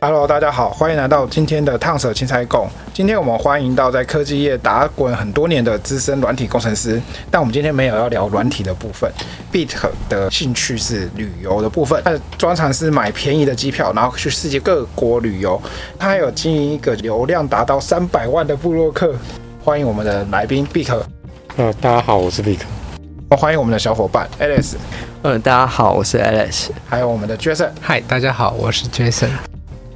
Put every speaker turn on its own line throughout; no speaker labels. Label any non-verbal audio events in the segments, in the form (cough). Hello，大家好，欢迎来到今天的烫手青菜购。今天我们欢迎到在科技业打滚很多年的资深软体工程师，但我们今天没有要聊软体的部分。Beat 的兴趣是旅游的部分，他的专长是买便宜的机票，然后去世界各国旅游。他还有经营一个流量达到三百万的部落客。欢迎我们的来宾 Beat，
呃，大家好，我是 Vic。
欢迎我们的小伙伴 Alice，
嗯，大家好，我是 Alice。
还有我们的 Jason。
嗨，大家好，我是 Jason。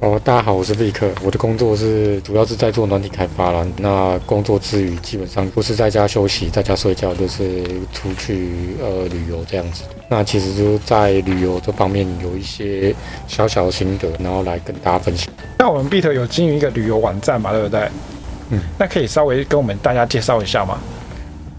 哦，大家好，我是 Vic。我的工作是主要是在做软体开发啦。那工作之余，基本上不是在家休息，在家睡觉，就是出去呃旅游这样子。那其实就在旅游这方面有一些小小的心得，然后来跟大家分享。
那我们 Beat 有经营一个旅游网站嘛，对不对？
嗯，
那可以稍微跟我们大家介绍一下吗？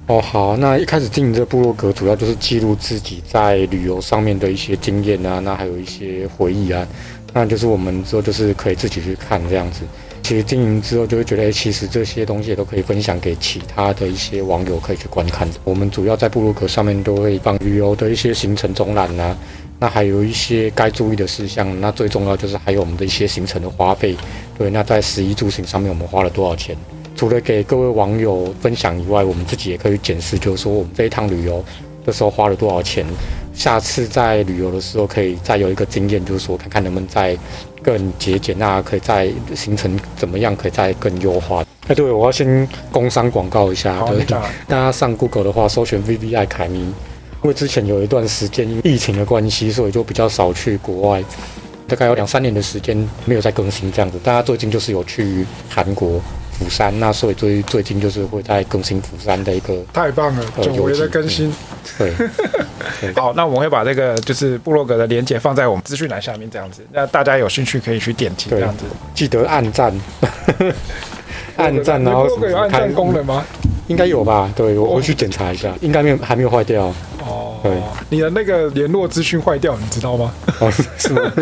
哦，好，那一开始经营这部落格，主要就是记录自己在旅游上面的一些经验啊，那还有一些回忆啊，那就是我们之后就是可以自己去看这样子。其实经营之后就会觉得，哎、其实这些东西也都可以分享给其他的一些网友可以去观看。我们主要在部落格上面都会放旅游的一些行程总览啊，那还有一些该注意的事项，那最重要就是还有我们的一些行程的花费。对，那在十一住行上面我们花了多少钱？除了给各位网友分享以外，我们自己也可以检视，就是说我们这一趟旅游的时候花了多少钱，下次在旅游的时候可以再有一个经验，就是说看看能不能再更节俭，那可以在行程怎么样可以再更优化。哎，对，我要先工商广告一下，
好，
对
你讲。
大家上 Google 的话，搜寻 VVI 凯咪，因为之前有一段时间因疫情的关系，所以就比较少去国外，大概有两三年的时间没有再更新这样子。大家最近就是有去韩国釜山，那所以最最近就是会在更新釜山的一个
太棒了，
呃
久违的更新。
对。
嗯好，那我们会把这个就是部落格的连接放在我们资讯栏下面，这样子，那大家有兴趣可以去点击这
对
样子。
记得按 (laughs) 赞，按赞，
你
然后
部落格有
什么
按
开
赞功能吗？
啊应该有吧？对，我回去检查一下，应该没有还没有坏掉。对
哦，你的那个联络资讯坏掉，你知道吗？
哦， (laughs) 是吗？ (laughs)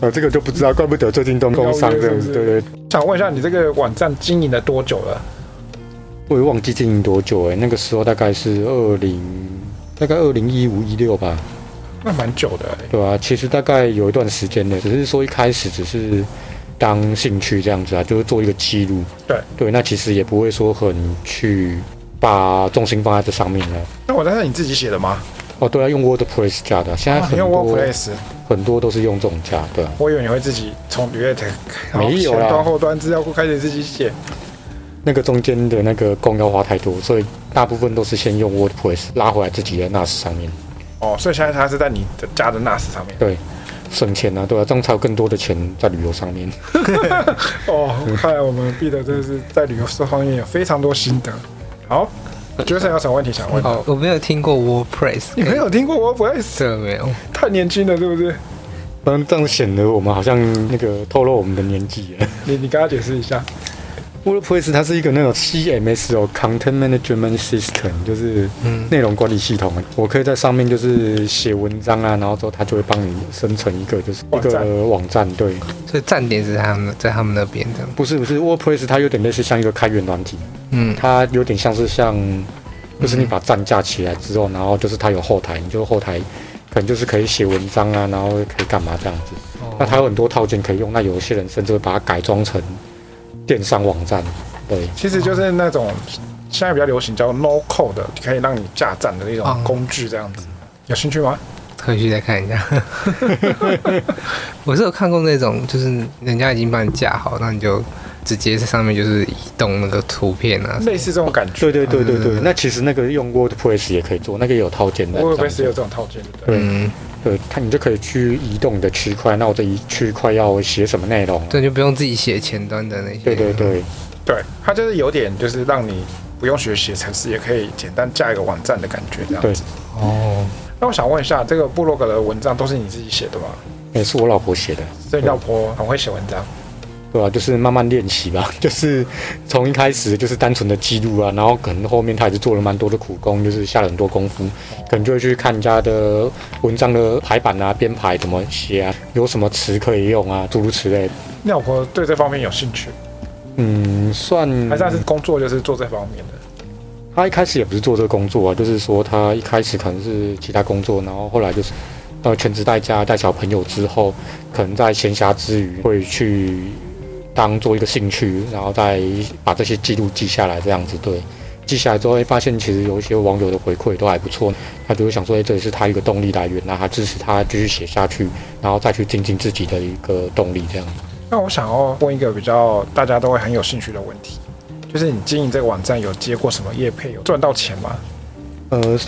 呃，这个就不知道，怪不得最近都工伤这样子，对对。
想问一下，你这个网站经营了多久了？
我也忘记经营多久哎、那个时候大概是二零，大概二零一五一六吧，
那蛮久的、欸。
对吧、其实大概有一段时间的，只是说一开始只是当兴趣这样子啊，就是做一个记录。
对
对，那其实也不会说很去把重心放在这上面了。
那我那是你自己写的吗？
哦，对啊，用 WordPress 加的啊，现在
啊你
很
用
多、
WordPress，
很多都是用这种加的啊。
我以为你会自己从 React 然后
没有啦
前端后端资料库开始自己写。
那个中间的那个工要花太多，所以大部分都是先用 WordPress 拉回来自己的 NAS 上面。
哦，所以现在它是在你的家的 NAS 上面。
对，省钱啊，对啊，这样才有更多的钱在旅游上面。
哦，看来我们 B 的真的是在旅游这方面有非常多心得。好，Jason 有什么问题想问？
哦，我没有听过 WordPress，
你没有听过 WordPress，
这没有。
太年轻了，对不对？
不然这样显得我们好像那个透露我们的年纪啊耶。
你你跟他解释一下。
WordPress 它是一个那种 CMS 哦，Content Management System，就是
嗯
内容管理系统。啊我可以在上面就是写文章啊，然后之后它就会帮你生成一个就是一
网站
个网站。对，
所以站点是他们在他们那边的。
不是不是 WordPress 它有点类似像一个开源软体，
嗯，
它有点像是像，就是你把站架起来之后，然后就是它有后台，你就后台可能就是可以写文章啊，然后可以干嘛这样子。
哦
那它有很多套件可以用，那有些人甚至会把它改装成电商网
哦
站。对，
其实就是那种现在比较流行叫 No Code 的，可以让你架站的那种
哦
工具，这样子。有兴趣吗？
回去再看一下。 (laughs) 我是有看过那种，就是人家已经帮你架好，那你就直接在上面就是移动那个图片啊。
类似这种感觉。
对对对对对。那其实那个用 WordPress 也可以做，那个也有套件的。
嗯 WordPress 有这种套件，对不对？
对
嗯，
对，它你就可以去移动你的区块，那我这一区块要写什么内容？
嗯
对，就不用自己写前端的那些。
对对对
对，它就是有点就是让你不用学写程式，也可以简单架一个网站的感觉这样
对
子。
哦，
那我想问一下，这个部落格的文章都是你自己写的吗？
也是我老婆写的，
所以你老婆很会写文章，
对吧、啊就是慢慢练习吧， (laughs) 就是从一开始就是单纯的记录啊，然后可能后面他也是做了蛮多的苦工，就是下了很多功夫，可能就会去看人家的文章的排版啊、编排怎么写啊，有什么词可以用啊，诸如此类的。
你老婆对这方面有兴趣，
嗯，算
还是她是工作就是做这方面的？
他一开始也不是做这个工作啊，就是说他一开始可能是其他工作，然后后来就是呃全职带家带小朋友之后，可能在闲暇之余会去当做一个兴趣，然后再把这些记录记下来，这样子对。记下来之后，会发现其实有一些网友的回馈都还不错，他就会想说，哎、这也是他一个动力来源，那他支持他继续写下去，然后再去精进自己的一个动力，这样。
那我想要问一个比较大家都会很有兴趣的问题，就是你经营这个网站有接过什么业配，有赚到钱吗？
呃，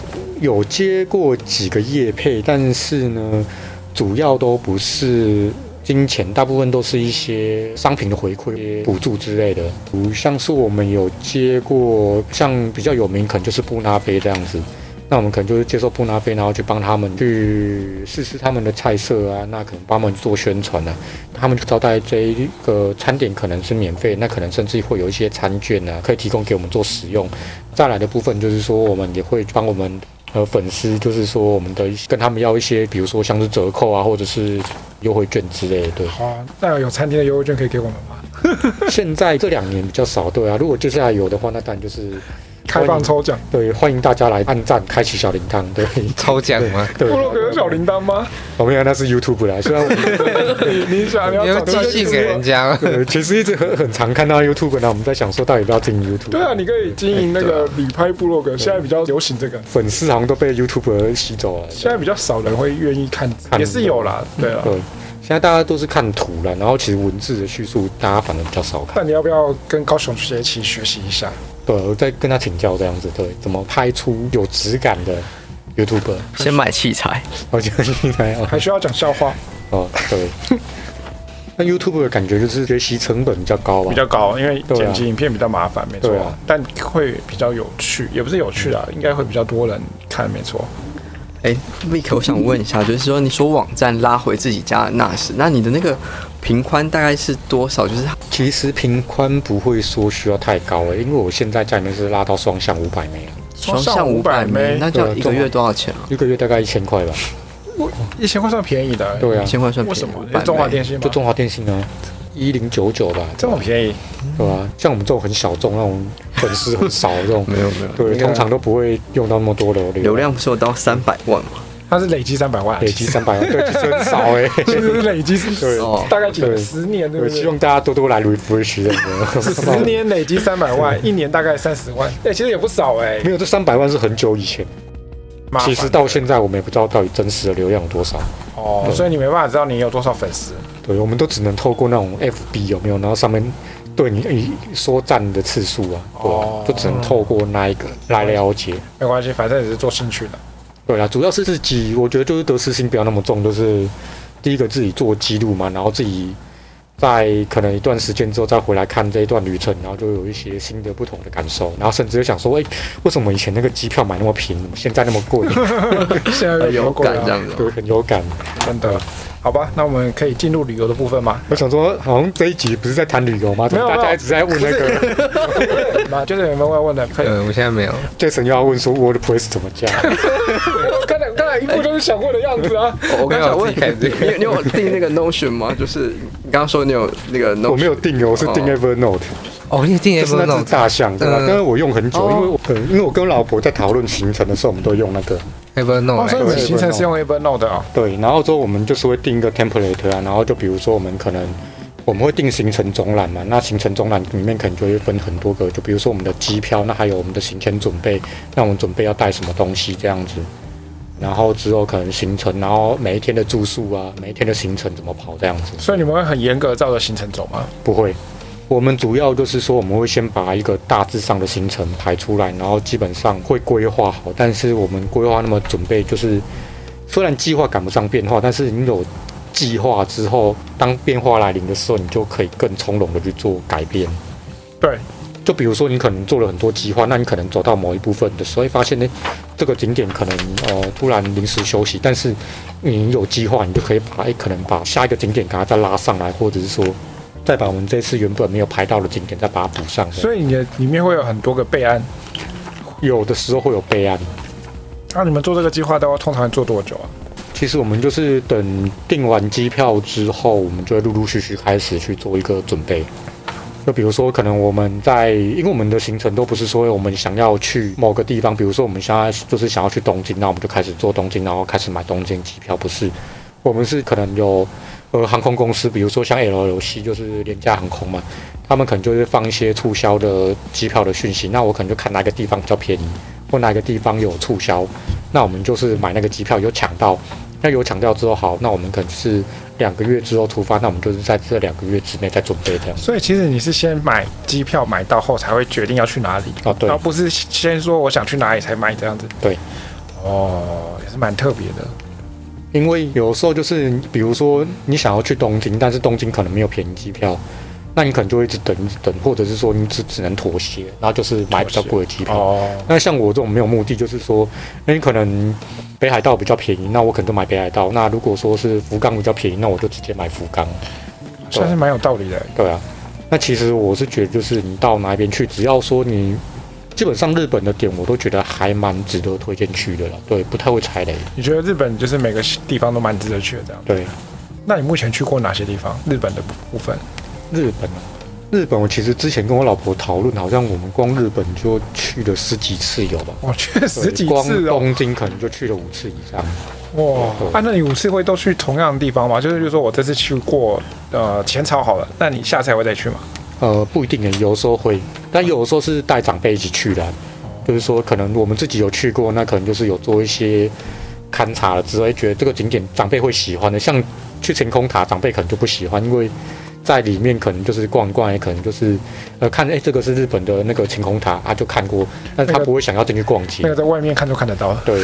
有接过几个业配，但是呢，主要都不是金钱，大部分都是一些商品的回馈、补助之类的。比如像是我们有接过，像比较有名，可能就是布纳菲这样子。那我们可能就是接受布纳菲，然后去帮他们去试试他们的菜色啊，那可能帮他们做宣传啊，他们就招待这一个餐点可能是免费，那可能甚至会有一些餐券啊，可以提供给我们做使用。再来的部分就是说，我们也会帮我们呃粉丝，就是说我们的一些跟他们要一些，比如说像是折扣啊，或者是优惠券之类的。对，
好啊，那有餐厅的优惠券可以给我们吗？
现在这两年比较少，对啊。如果接下来有的话，那当然就是
哦
开放抽奖，
对，欢迎大家来按赞，开启小铃铛，对。
抽奖吗？
对
部，落格有小铃铛吗？
我们有那是 YouTube 啦，虽然我们
你 (laughs) 你想
你
要
(laughs) 要
找餐
寄
厅
信给人家吗
呃其实一直很很常看到 YouTube，那我们在想说到底要不要进 YouTube？
对啊，你可以经营那
哎
个
啊
旅拍部落格，现在比较流行这个，
粉丝好像都被 YouTube 吸走了。
现在比较少人会愿意看，
看
也是有啦，对啊。
嗯
对，现在大家都是看图了，然后其实文字的叙述大家反而比较少看。
那你要不要跟高雄学起学习一下？
对，我在跟他请教这样子，对，怎么拍出有质感的 YouTube？
先买器材，
(laughs) 我觉得应该要
还需要讲笑话，
哦，对。 (laughs) 那 YouTube 的感觉就是学习成本比较高吧？
比较高，因为
对啊
剪辑影片比较麻烦，没错
对啊，嗯
但会比较有趣，也不是有趣啦，应该会比较多人看，没错。
哎，Vick，我想问一下，就是说你说网站拉回自己家的那时，那你的那个频宽大概是多少？就是
其实频宽不会说需要太高诶、因为我现在家里面是拉到双向五百枚了，
双
向
向五百
500枚
枚，那这样一个月多少钱啊？
一个月大概一千块吧。
我一千块算便宜的，
对啊，
哎千块算
为什
便宜，
么
五？
因为
百
中华
枚
电信吗
就？中华电信啊，一零九九吧，
这么便宜，
嗯
对吧、像我们这种很小众、那种粉丝很少的这种，
(laughs) 没有没有，
对，通常都不会用到那么多的
流量不啊是有到三百万吗？
它是累积三百万，
累积三百万，对，其实很少
(laughs)
哎、
(laughs) 其实是累积是
哦
大概几
(laughs) 对
十年，对不
我希
对？
望大家多多来 refresh 这
十
个。
年累积三百万，一年大概三十万，哎，其实也不少哎
(laughs) 没。有，这三百万是很久以前，
麻烦
其实到现在嗯我们也不知道到底真实的流量有多少。
哦，所以你没办法知道你有多少粉丝。
对，我们都只能透过那种 FB 有没有，然后上面对你说赞的次数啊，对吧、
哦
就只能透过那一个来了解。
没关系，反正也是做兴趣的。
(laughs)
对啦，主要是自己，我觉得就是得失心不要那么重，就是第一个自己做记录嘛，然后自己在可能一段时间之后再回来看这一段旅程，然后就有一些新的不同的感受，然后甚至就想说，哎、为什么以前那个机票买那么便宜，现在那么
(laughs)
贵？
现在
有
有
感这样子哦，
对，很有感。
啊真的。好吧，那我们可以进入旅游的部分吗？
我想说，好像这一集不是在谈旅游吗？怎么
没有
大
没有
家一直在问那
(laughs)
个
那就是你们会问的，可以。
(laughs) 呃，我现在没有。
(laughs) Jason 又要问说 WordPress 怎么
(laughs)
加？
刚才刚才一步就是想过的样子啊。
我刚想问
我刚想自己
你，你有订那个 Notion 吗？就是你刚刚说你有那个 Notion，
我没有订哦，我是订
(laughs)
哦
Evernote，
哦，你订
就
也
是
不
那只
弄
大象，对吧？
嗯
但是我用很久，因
哦
为我呃因为我跟老婆在讨论行程的时候，我们都用那个。
要不弄
哦，所以
来
你们行程是用 Evernote 的啊？
对，然后之后我们就是会定一个 template 啊，然后就比如说我们可能我们会定行程总览嘛，那行程总览里面可能就会分很多个，就比如说我们的机票，那还有我们的行前准备，那我们准备要带什么东西这样子，然后之后可能行程，然后每一天的住宿啊，每一天的行程怎么跑这样子，
所以你们会很严格照着行程走吗？
不会。我们主要就是说，我们会先把一个大致上的行程排出来，然后基本上会规划好。但是我们规划那么准备，就是虽然计划赶不上变化，但是你有计划之后，当变化来临的时候，你就可以更从容的去做改变。
对，
就比如说你可能做了很多计划，那你可能走到某一部分的时候，会发现呢，诶这个景点可能呃突然临时休息，但是你有计划，你就可以把诶可能把下一个景点给它再拉上来，或者是说再把我们这次原本没有排到的景点再把它补上。
所
以
以你的里面会有很多个备案。
有的时候会有备案。
那、你们做这个计划都通常做多久啊？
其实我们就是等订完机票之后，我们就会陆陆续续开始去做一个准备。就比如说，可能我们在，因为我们的行程都不是说我们想要去某个地方，比如说我们现在就是想要去东京，那我们就开始做东京，然后开始买东京机票，不是？我们是可能有呃航空公司，比如说像 LLC 就是廉价航空嘛，他们可能就会放一些促销的机票的讯息，那我可能就看哪个地方比较便宜，或哪个地方有促销，那我们就是买那个机票有抢到，那有抢到之后，好，那我们可能就是两个月之后出发，那我们就是在这两个月之内再准备这样。
所以其实你是先买机票买到后才会决定要去哪里，
哦，对
而，不是先说我想去哪里才买这样子。
对，
哦，也是蛮特别的。
因为有时候就是，比如说你想要去东京，但是东京可能没有便宜机票，那你可能就会一直等，一直等，或者是说你只只能妥协，然后就是买比较贵的机票。
哦，
那像我这种没有目的，就是说，那你可能北海道比较便宜，那我可能就买北海道。那如果说是福冈比较便宜，那我就直接买福冈。
算是蛮有道理的。
对啊，那其实我是觉得，就是你到哪边去，只要说你基本上日本的点，我都觉得还蛮值得推荐去的了。对，不太会踩雷。
你觉得日本就是每个地方都蛮值得去的这样？
对，
那你目前去过哪些地方？日本的部分？
日本啊，日本我其实之前跟我老婆讨论，好像我们光日本就去了十几次有吧。
我去了
对
十几
光
次哦，
东京可能就去了五次以上。
哇！啊，那你五次会都去同样的地方吗？就是，比如说我这次去过呃浅草好了，那你下次还会再去吗？
呃，不一定耶，有时候会，但有时候是带长辈一起去的啊、就是说可能我们自己有去过，那可能就是有做一些勘察了之后，诶哎觉得这个景点长辈会喜欢的。像去晴空塔，长辈可能就不喜欢，因为在里面可能就是逛一逛，也可能就是呃看，哎、这个是日本的那个晴空塔，啊就看过，但是
那
他
个
不会想要进去逛街。
那个在外面看都看得到。
(laughs) 对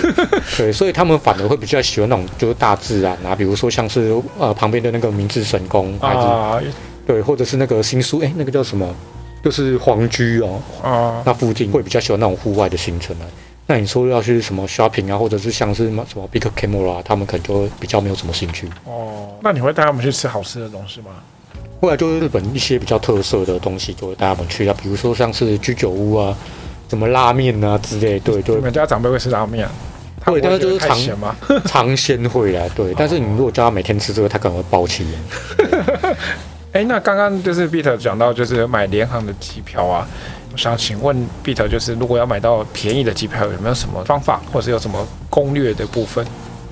对，所以他们反而会比较喜欢那种就是大自然啊，比如说像是呃旁边的那个明治神宫，还是、
啊
对，或者是那个新宿，哎，那个叫什么？就是皇居哦，
啊！
那附近会比较喜欢那种户外的行程啊。那你说要去什么 shopping 啊，或者是像是什么什么 Big Camera 啊，他们可能就比较没有什么兴趣。
哦，那你会带他们去吃好吃的东西吗？
后来就是日本一些比较特色的东西，就会带他们去啊，比如说像是居酒屋啊，什么拉面啊之类，对对 (laughs)
你，们家长辈会吃拉面？他
对
不会
但是
觉得
就是
太
常
咸吗？
尝鲜会啦，对。但是你如果叫他每天吃这个，他可能会爆气啊的。
哎，那刚刚就是 Beat 讲到就是买联航的机票啊，我想请问 Beat 就是如果要买到便宜的机票，有没有什么方法，或者有什么攻略的部分？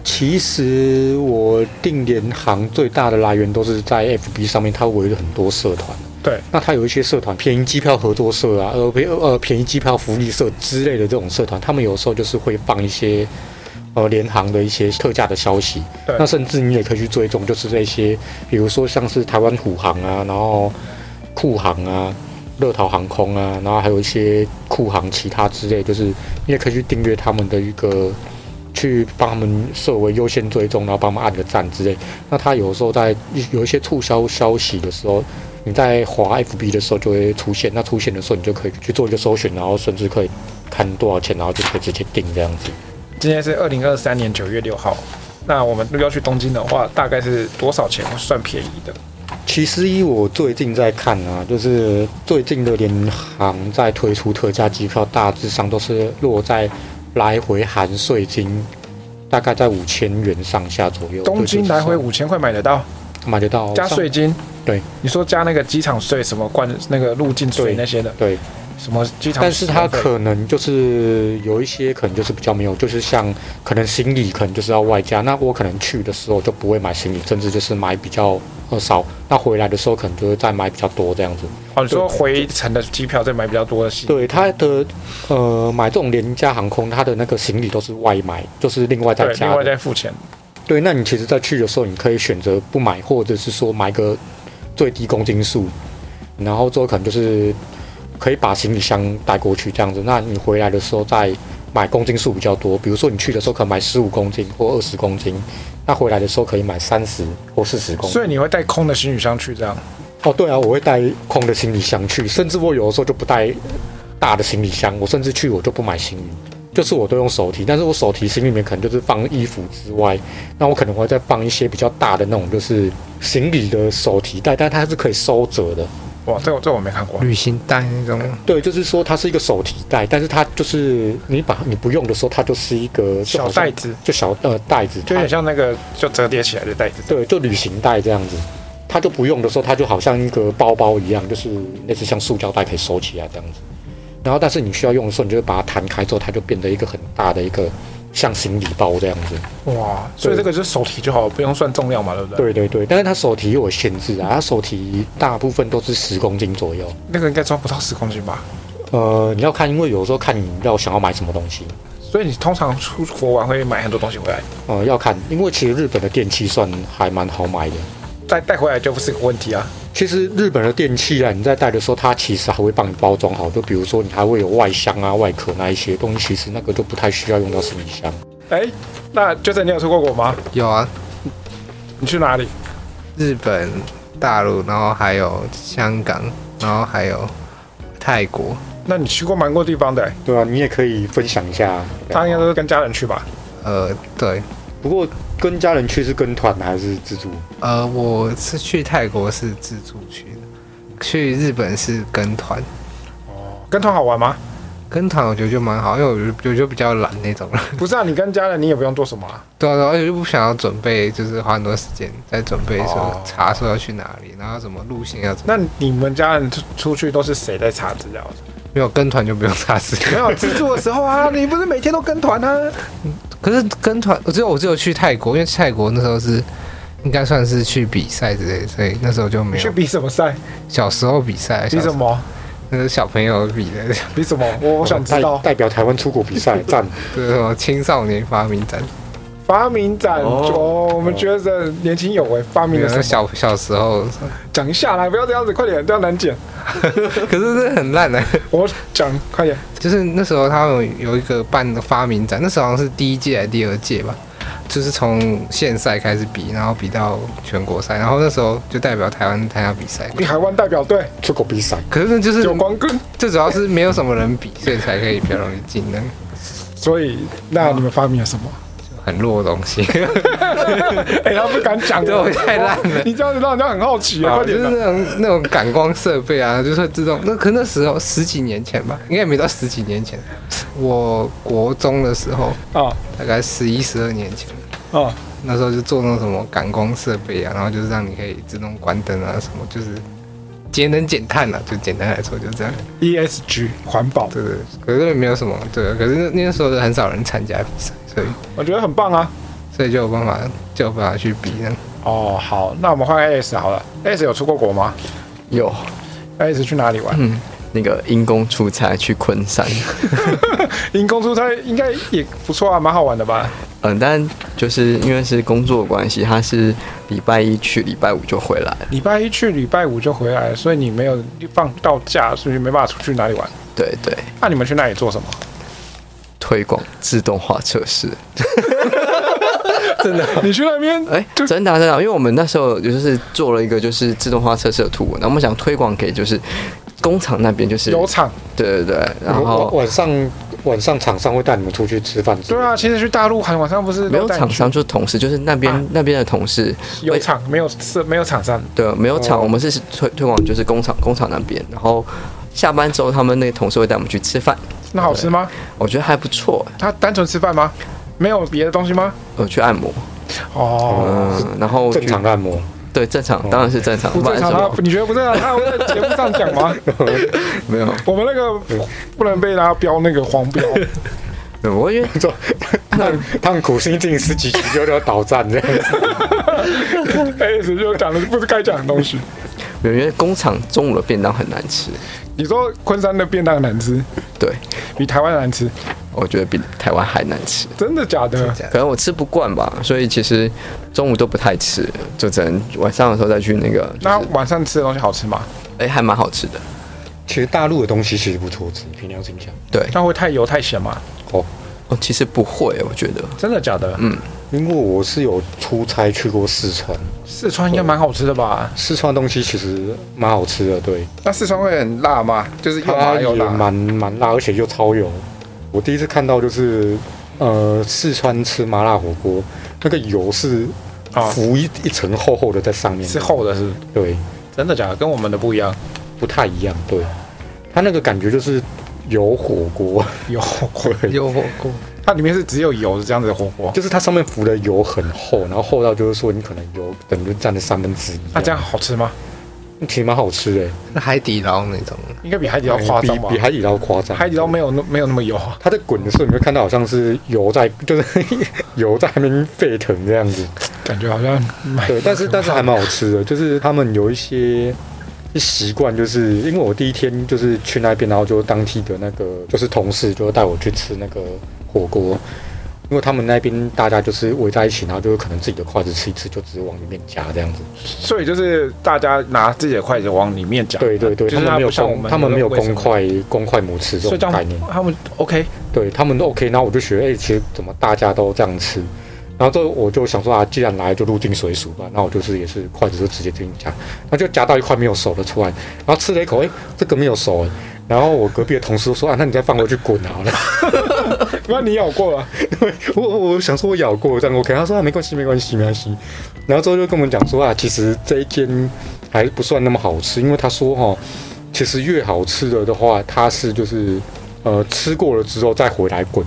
其实我定联行最大的来源都是在 FB 上面，它围了很多社团。
对，
那它有一些社团，便宜机票合作社啊，呃，便呃便宜机票福利社之类的这种社团，他们有时候就是会放一些呃联航的一些特价的消息。
对
那甚至你也可以去追踪，就是这些，比如说像是台湾虎航啊，然后酷航啊。乐桃航空啊，然后还有一些酷航其他之类，就是你也可以去订阅他们的一个去帮他们设为优先追踪，然后帮他们按个赞之类。那他有时候在有一些促销消息的时候，你在滑 FB 的时候就会出现。那出现的时候，你就可以去做一个搜寻，然后甚至可以看多少钱，然后就可以直接订这样子。
今天是二零二三年九月六号，那我们如果要去东京的话，大概是多少钱会算便宜的？
其实依我最近在看啊，就是最近的联航在推出特价机票，大致上都是落在来回含税金。大概在五千元上下左右，
东京来回
对
五千块买得到，
就是买得到
加税金。
对，
你说加那个机场税、什么关那个入境税
对
那些的，
对，
什么机场，
但是它可能就是有一些可能就是比较没有，就是像可能行李可能就是要外加，那我可能去的时候就不会买行李，甚至就是买比较呃少，那回来的时候可能就会再买比较多这样子。
哦，你说回程的机票再买比较多的行李，
对它的呃买这种廉价航空，它的那个行李都是外买，就是另外再
对，另
加
外
的。
再付钱。
对，那你其实，在去的时候，你可以选择不买，或者是说买个最低公斤数，然后之后可能就是可以把行李箱带过去这样子。那你回来的时候再买公斤数比较多，比如说你去的时候可能买十五公斤或二十公斤，那回来的时候可以买三十或四十公斤。
所以你会带空的行李箱去这样？
哦，对啊，我会带空的行李箱去，甚至我有的时候就不带大的行李箱，我甚至去我就不买行李，就是我都用手提。但是我手提行李里面可能就是放衣服之外，那我可能会再放一些比较大的那种就是行李的手提袋，但它是可以收折的。
哇，这个这个我没看过。
旅行袋那种
对，就是说它是一个手提袋，但是它就是你把你不用的时候，它就是一个就好
小
像
袋子
就小呃袋子，
就有点像那个就折叠起来的袋子，
对，就旅行袋这样子，它就不用的时候，它就好像一个包包一样，就是类似像塑胶袋可以收起来这样子。然后，但是你需要用的时候，你就会把它弹开之后，它就变得一个很大的一个像行李包这样子。
哇！所以这个就是手提就好，不用算重量嘛，对不对？，
对对对，但是它手提又有限制啊，它手提大部分都是十公斤左右。
那个应该装不到十公斤吧？
呃，你要看，因为有时候看你要想要买什么东西，
所以你通常出国玩会买很多东西回来，
呃，要看，因为其实日本的电器算还蛮好买的。
再带回来就不是个问题啊。
其实日本的电器啊，你在带的时候，它其实还会帮你包装好，就比如说你还会有外箱啊、外壳那一些东西，其实那个就不太需要用到行李箱。
哎，那就是你有出过国吗？
有啊，
你去哪里？
日本、大陆，然后还有香港，然后还有泰国。
那你去过蛮多地方的、欸，
对啊，你也可以分享一下。
他应该都是跟家人去吧？
呃，对，
不过跟家人去是跟团还是自助？
呃，我是去泰国是自助去的，去日本是跟团。
跟团好玩吗？
跟团我觉得就蛮好，因为我就我就比较懒那种人， (laughs)
不是啊，你跟家人你也不用做什么、啊，
对啊，对啊而且就不想要准备，就是花很多时间在准备说
哦
查说要去哪里，然后什么路线要怎么，
那你们家人出出去都是谁在查资料？
没有跟团就不用查资
没
料。
有自助的时候啊，你不是每天都跟团啊？
(laughs) 可是跟团，我只有我只有去泰国，因为泰国那时候是应该算是去比赛之类的，所以那时候就没
去
有。
比什么赛？
小时候比赛，
比
小时
什
候
么？
那是小朋友比的， (laughs)
比什么？我我想知
代
道。
代表台湾出国比赛，赞！
就是什么青少年发明展，
发明展
哦
哦，我们觉得年轻有为，发明了
那个
什么？
小小时候，
讲一下啦，不要这样子，快点，这样难剪。
可是这很烂的、 (laughs)
我讲，快点。
就是那时候他们有一个办的发明展，那时候好像是第一届还是第二届吧，就是从县赛开始比，然后比到全国赛，然后那时候就代表台湾参加比赛。
台湾代表队
出国比赛，
可是那就是
有光棍，
最主要是没有什么人比， (laughs) 所以才可以比较容易进的，
所以那你们发明了什么？
很弱的东西。 (laughs)
哎，他不敢讲，(laughs)
对我太烂了
你这样子让人家很好奇啊，快
就
点啊。
是那种那种感光设备啊，就是会自动。那可那时候十几年前吧，应该也没到十几年前，我国中的时候，
啊
大概十一十二年前，
啊，
那时候就做那种什么感光设备啊，然后就是让你可以自动关灯啊，什么就是节能减碳啊，就简单来说就这样。
ESG ，E 环保，
对对，对可是没有什么对，可是那那时候很少人参加比赛，所以
我觉得很棒啊。
所以就有办法就有办法去比呢。
哦，好，那我们换 AS 好了。AS 有出过国吗
有
？AS 去哪里
嗯
玩？
那个因公出差去昆山，
因公出差应该也不错啊，蛮好玩的吧？
嗯，但就是因为是工作关系，他是礼拜一去，礼拜五就回来了。
礼拜一去，礼拜五就回来，所以你没有放到假，所以没办法出去哪里玩。啊
对对，
那、你们去那里做什么？
推广自动化测试。
(laughs) 你去那边，
哎、
就
真的啊、真的啊、因为我们那时候就是做了一个就是自动化测试的图文，然后我们想推广给就是工厂那边，就是
有厂，
对对对，然
晚
后
晚上晚上厂商会带你们出去吃饭。
对，啊，其实去大陆很晚上不是
没有
都带你
厂
去
商，就是同事，就是那边、
啊
那边的同事，
有厂没有是没有厂商，
对，没有
哦
厂，我们是推推广就是工厂工厂那边，然后下班之后他们那个同事会带我们去吃饭，
那好吃吗？
我觉得还不错，
他单纯吃饭吗？没有别的东西吗？
我去按摩，
哦，
嗯，然后去
正常的按摩，
对正常当然是正常，
不
不
正
然什
常啊
么？
你觉得不正常？他会在节目上讲吗？ (laughs)
没有，
我们那个不能被他标那个黄 (laughs) 标，
对我因为
这他们他们苦心经营十几集就要倒站这样子。
哎，只就讲的不是该讲的东西。
没有因为工厂中午的便当很难吃，
你说昆山的便当难吃，
对
比台湾难吃，
我觉得比台湾还难吃。
真的假的？
可能我吃不惯吧，所以其实中午都不太吃，就只能晚上的时候再去那个。就是
那晚上吃的东西好吃吗？
哎、还蛮好吃的。
其实大陆的东西其实不错吃，凭良心讲。
对，
那会太油太咸吗？
哦，
哦，其实不会，我觉得
真的假的？
因为我是有出差去过四川，
四川应该蛮好吃的吧？
四川的东西其实蛮好吃的，对，
嗯那四川会很辣吗？就是又
它
麻
也
又辣。
蛮蛮辣，而且又超油。我第一次看到就是，呃，四川吃麻辣火锅，那个油是
啊
浮一一层厚厚的在上面，
是厚的是不是
对，
真的假的？跟我们的不一样。
不太一样，对，它那个感觉就是油火锅，
有火锅，
对，
有火锅，
它里面是只有油的这样子的火锅，
就是它上面浮的油很厚，然后厚到就是说你可能油等于占了三分之一，啊嗯
那啊这样好吃吗？
其实蛮好吃的，
那海底捞那种，
应该比海底捞夸张吧
比比？海底捞夸张，
海底捞没有那没有那么油啊。
它在滚的时候，你会看到好像是油在，就是 (laughs) 油在那边沸腾这样子。
感觉好像蛮
对，但是但是还蛮好吃的，就是他们有一些习惯，就是因为我第一天就是去那边，然后就当地的那个就是同事就带我去吃那个火锅，因为他们那边大家就是围在一起，然后就可能自己的筷子吃一吃，就只是往里面夹这样子。
所以就是大家拿自己的筷子往里面夹，
对对对，
就
他
是
们没有
不像我
公，
们
他们没有
为什
公
么，
筷公筷母吃这
所以这
种概
样
念。
他们 OK，
对他们都 OK，然后我就学，哎、其实怎么大家都这样吃？然后之后我就想说啊，既然来就入境随俗吧，那我就是也是筷子就直接进去夹，然后就夹到一块没有熟的出来，然后吃了一口，哎、这个没有熟、哎然后我隔壁的同事就说啊，那你再放回去滚好了。
那你咬
(laughs)
过了？
我我我想说我咬过这样 OK，他说啊没关系没关系没关系，然后之后就跟我们讲说啊，其实这一间还不算那么好吃，因为他说哈、其实越好吃的的话，它是就是呃吃过了之后再回来滚，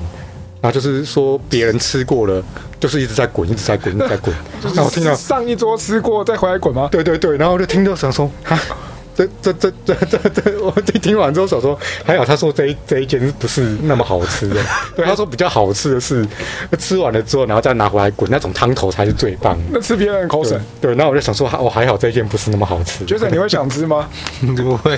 然后就是说别人吃过了，就是一直在滚一直在滚一直在滚，然后我听到啊
上一桌吃过再回来滚吗？
对对对，然后我就听到想说啊。 (laughs) 这这这这这这，我这听完之后想说，还好他说这一这一间不是那么好吃 (laughs) 的，对他说比较好吃的是吃完了之后，然后再拿回来滚那种汤头才是最棒的。
那吃别人的口
对
水，
对，那我就想说，我、哦、还好这一间不是那么好吃，
觉得你会想吃吗？
不会，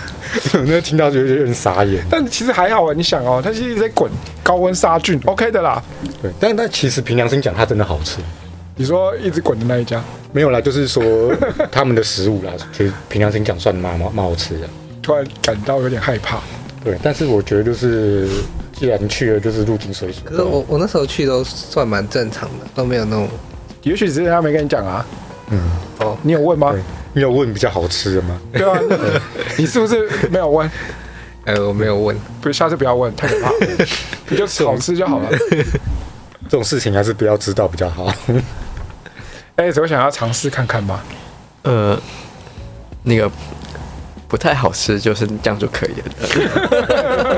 我 (laughs) 那听到就有点傻眼。
但其实还好啊，你想哦，它其实在滚，高温杀菌，OK 的啦。
对，但但其实凭良心讲，它真的好吃，
你说一直滚的那一家，
没有啦，就是说 (laughs) 他们的食物啦，其实凭良心讲算蛮蛮蛮好吃的。
突然感到有点害怕。
对，但是我觉得就是既然去了，就是入境随俗。
可是我我那时候去都算蛮正常的，都没有那种
也许只是他没跟你讲啊。
嗯。
哦，你有问吗
对？，你有问比较好吃的吗？
对啊，
(laughs)
你是不是没有问？
呃，我没有问，
不，下次不要问，太可怕了。你就好吃就好了。
这种事情还是不要知道比较好。 (laughs)
哎，我想要尝试看看吧。
呃，那个不太好吃，就是这样就可以了。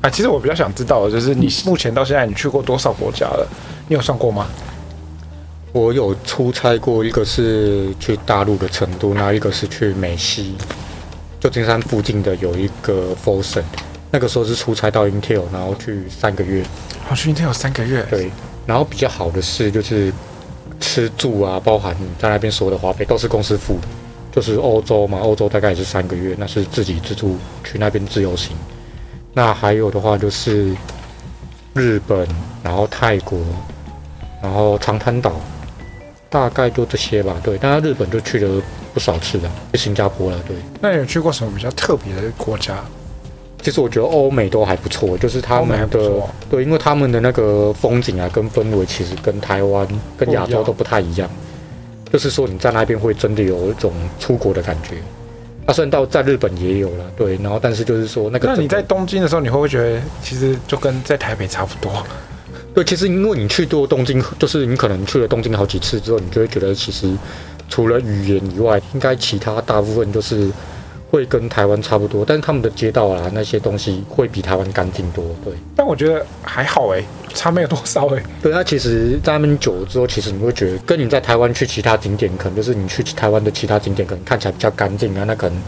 啊，其实我比较想知道的就是，你目前到现在你去过多少国家了？你有算过吗？
我有出差过，一个是去大陆的成都，然后一个是去美西，旧金山附近的有一个 f o s o n 那个时候是出差到 Intel，然后去三个月。
我去天有三个月。
对，然后比较好的是就是吃住啊，包含你在那边所有的花费都是公司付的，就是欧洲嘛，欧洲大概也是三个月，那是自己自助去那边自由行。那还有的话就是日本，然后泰国，然后长滩岛，大概就这些吧。对，当然日本就去了不少次了，去新加坡了。对，
那你有去过什么比较特别的国家？
其实我觉得欧美都还不错，就是他们的
欧美还不错啊
对，因为他们的那个风景啊跟氛围，其实跟台湾、跟亚
不一
洲
样
都不太一样。就是说你在那边会真的有一种出国的感觉。啊，虽然到在日本也有了，对，然后但是就是说那个
那你
整
在
个
东京的时候，你会不会觉得其实就跟在台北差不多？
对，其实因为你去过东京，就是你可能去了东京好几次之后，你就会觉得其实除了语言以外，应该其他大部分就是会跟台湾差不多，但是他们的街道啊那些东西会比台湾干净多，对。
但我觉得还好哎、差没有多少哎、
对，那其实在那边久了之后，其实你会觉得跟你在台湾去其他景点，可能就是你去台湾的其他景点，可能看起来比较干净啊，那可能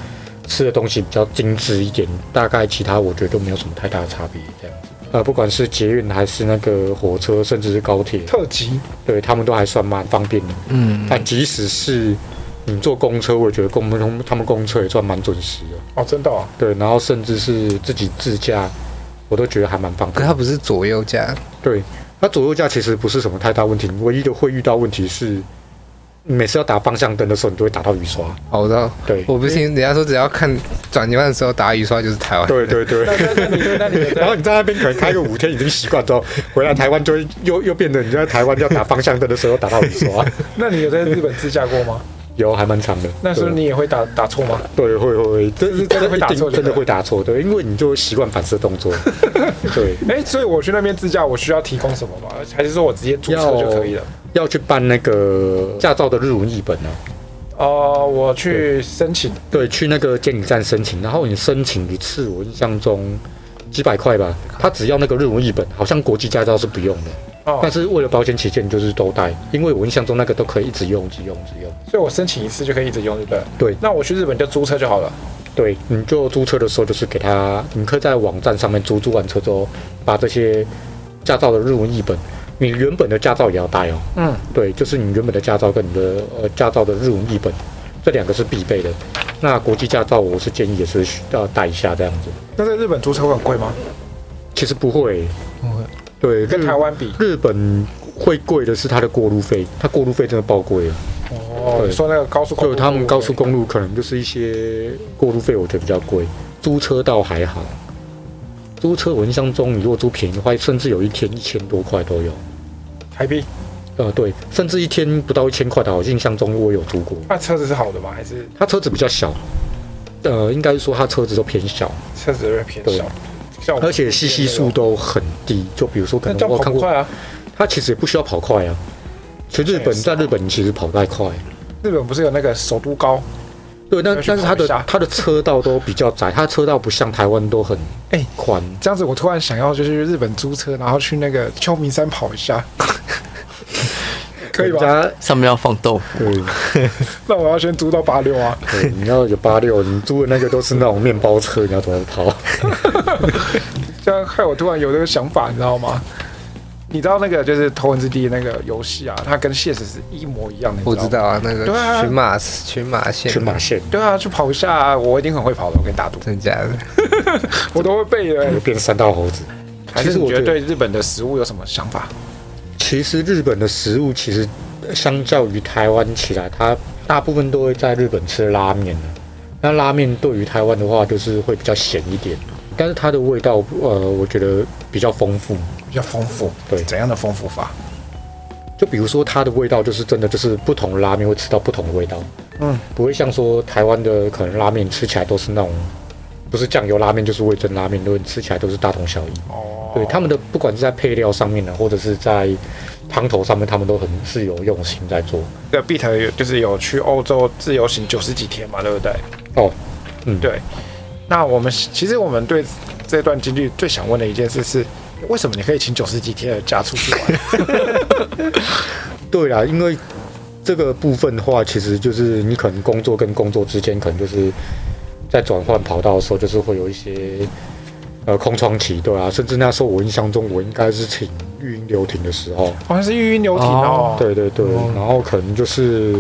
吃的东西比较精致一点，大概其他我觉得都没有什么太大的差别这样子。呃，不管是捷运还是那个火车，甚至是高铁，
特级
对他们都还算蛮方便的。
嗯，
但即使是你坐公车，我也觉得公公他们公车也算蛮准时的。
哦，真的、哦。
对，然后甚至是自己自驾，我都觉得还蛮方便的。
可它不是左右架，
对，那左右架其实不是什么太大问题，唯一的会遇到问题是你每次要打方向灯的时候，你都会打到雨刷。
哦，我知道，
对
我不信，人家说只要看转一半的时候打雨刷就是台湾，
对对对，
(laughs)
然后你在那边可能开个五天已经习惯之后，回来台湾就会又又变得你在台湾要打方向灯的时候要打到雨刷，
那你有在日本自驾过吗？
有还蛮长的。
那时候
对
你也会打打错吗？
对会会会，这是
真的会打错就对了
真的会打错，对，因为你就习惯反射动作，对。
哎、所以我去那边自驾，我需要提供什么吗？还是说我直接注册就可以了？
要去办那个驾照的日文译本啊，
哦、我去申请，
对，去那个监理站申请，然后你申请一次，我印象中几百块吧，他只要那个日文译本，好像国际驾照是不用的，
哦、
但是为了保险起见，就是都带，因为我印象中那个都可以一直用，一直用，一直用。
所以我申请一次就可以一直用，对不对？
对
那我去日本就租车就好了。
对，你就租车的时候，就是给他，你可以在网站上面租，租完车之后，把这些驾照的日文译本，你原本的驾照也要带哦。
嗯，
对，就是你原本的驾照跟你的呃驾照的日文译本，这两个是必备的。那国际驾照，我是建议也是需要带一下这样子。
那在日本租车会很贵吗？
其实不会，不会。对，
跟
日
台湾比？
日本会贵的是它的过路费，它过路费真的爆贵了。
哦，
对
你说那个高速公
就
路，
他们高速公路可能就是一些过路费，我觉得比较贵。租车倒还好，租车我印象中，你如果租便宜的话，甚至有一天一千多块都有。
台币，
呃，对，甚至一天不到一千块的，我印象中我有租过。
那车子是好的吗？还是
他车子比较小，呃，应该说他车子都偏小，
车子会偏小？像我们
而且吸吸数都很低。就比如说，可
那
能
叫
我有
跑
看
不
过，
快啊！
他其实也不需要跑快啊。去日
也
本，
是
在日本你其实跑太快。
日本不是有那个首都高？
对，但
要去
但是
跑
它
一下
的它的车道都比较窄，它的车道不像台湾都很
哎
宽。
这样子，我突然想要就是去日本租车，然后去那个秋名山跑一
(laughs)
下，可以
人
吧？
家
上面要放豆腐，
对，
那我要先租到八六啊！
对，你要有八六，你租的那个都是那种面包车，你要怎么跑？
这样害我突然有这个想法，你知道吗？你知道那个就是《头文字 D》那个游戏啊，它跟现实是一模一样的，
我
你
知
知道吗。
道啊，那个
对啊
群马群马县，
群马县
对啊，去跑一下啊，我一定很会跑的，我跟你打 (laughs) 赌，
真的假的？
我都会背的
就。变三道猴子。
还
其
是
实
你
我
觉
觉
得对
得，
日本的食物有什么想法？
其实日本的食物其实相较于台湾起来，它大部分都会在日本吃拉面啊那拉面对于台湾的话，就是会比较咸一点，但是它的味道，呃，我觉得比较丰富。
比较丰富，
对
怎样的丰富法？
就比如说它的味道，就是真的就是不同的拉面会吃到不同的味道，
嗯，
不会像说台湾的可能拉面吃起来都是那种，不是酱油拉面就是味噌拉面，都吃起来都是大同小异。
哦，
对他们的不管是在配料上面呢，或者是在汤头上面，他们都很是有用心在做。
这个 Beat 有就是有去欧洲自由行九十几天嘛，对不对？
哦，嗯
对。那我们其实我们对这段经历最想问的一件事是，为什么你可以请九十几天的假出去 (laughs) 玩？
对啦，因为这个部分的话，其实就是你可能工作跟工作之间，可能就是在转换跑道的时候，就是会有一些呃空窗期，对啊，甚至那时候我印象中，我应该是请育婴留停的时候，
好像是育婴留停哦。
对对对，然后可能就是。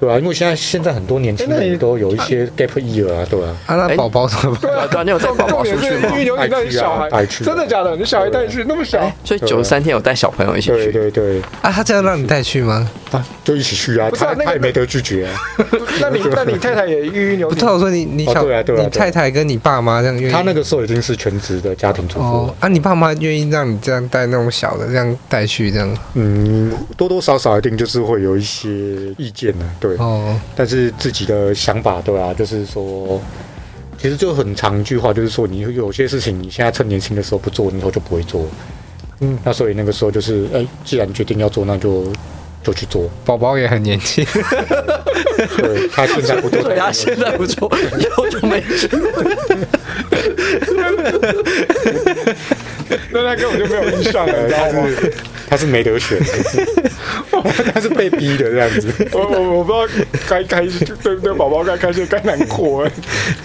对啊，因为现在现在很多年轻
哎那你
人都有一些 gap year 啊，对啊，
啊，那宝宝怎么办？
对啊对啊，你有带宝宝
重
出
点
去
是
吗
育？婴留停到你小孩，
带去啊带去啊
真的假的？你小孩带你去那么小？
哎，所以九十三天有带小朋友一起
对
去，
对对，
(laughs) 啊，他这样让你带去吗？
啊，就一起去啊，
不是啊
他
那个
他也没得拒绝啊，
(laughs) 那你那你太太也育婴留
不
停
是，？我说你你
哦
小
对啊对啊对啊
你太太跟你爸妈
嗯
这样愿意，
他那个时候已经是全职的家庭主妇了，
哦啊，你爸妈愿意让你这样带那种小的这样带去这样
嗯，多多少少一定就是会有一些意见呢、对，
哦，
但是自己的想法，对啊，就是说，其实就很长一句话，就是说，你有些事情你现在趁年轻的时候不做，你以后就不会做。嗯，那所以那个时候就是，哎、既然决定要做，那就就去做。
宝宝也很年轻，
对他现在不做，
对啊，现在不错，以后就没事。
那那根本就没有印象了，你
呃
知道
他
吗？
是他是没得选，他是被逼的这样子。
我我我不知道该开心对不对，宝宝该开心该难过哎。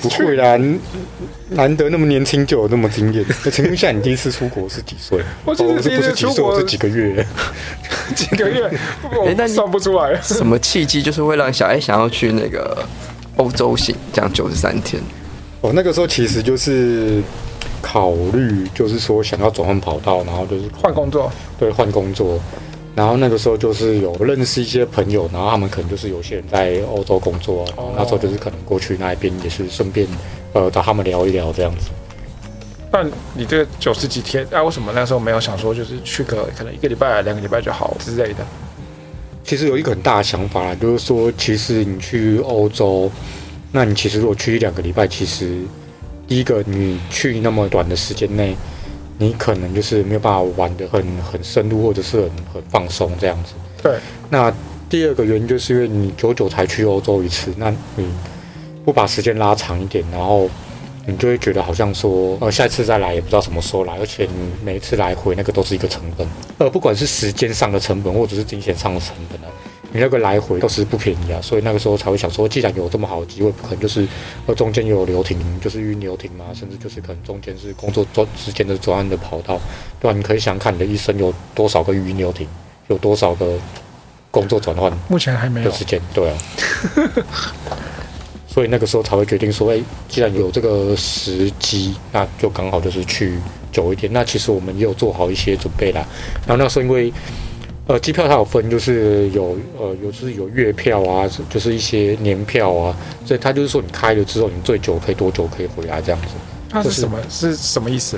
不会啦，你难得那么年轻就有那么经验。 (laughs) 那请问一下，你第一次出国是几岁？
我其实
哦是不是
第一次
几
出
岁？
国
我是几个月？ (laughs)
几个月，
哎那
我
你
算不出来。
(laughs) 什么契机就是会让小孩想要去那个欧洲行，这样九十三天？
我哦那个时候其实就是考虑，就是说想要转换跑道，然后就是
换工作，
对换工作。然后那个时候就是有认识一些朋友，然后他们可能就是有些人在欧洲工作啊，然后那时候就是可能过去那一边也是顺便呃找他们聊一聊这样子。
那你这九十几天，啊，为什么那时候没有想说就是去个可能一个礼拜、啊两个礼拜就好之类的？
其实有一个很大的想法啦，就是说，其实你去欧洲，那你其实如果去一两个礼拜，其实第一个你去那么短的时间内，你可能就是没有办法玩得很很深入，或者是很很放松这样子。
对。
那第二个原因就是因为你久久才去欧洲一次，那你不把时间拉长一点，然后你就会觉得好像说，呃，下一次再来也不知道什么时候来，而且你每一次来回那个都是一个成本，呃，不管是时间上的成本或者是金钱上的成本啊，你那个来回都是不便宜啊，所以那个时候才会想说，既然有这么好的机会，不可能就是呃中间有留停，就是预留停嘛，甚至就是可能中间是工作转之间的转换的跑道，对吧、你可以想想看你的一生有多少个预留停，有多少个工作转换，
目前还没
的
有。
时间，对啊。 (laughs) 所以那个时候才会决定说，哎、既然有这个时机，那就刚好就是去久一点。那其实我们也有做好一些准备啦。然后那时候因为，呃，机票它有分，就是有呃有就是有月票啊，就是一些年票啊，所以它就是说你开了之后，你最久可以多久可以回来这样子。
那是
就是
什么？是什么意思？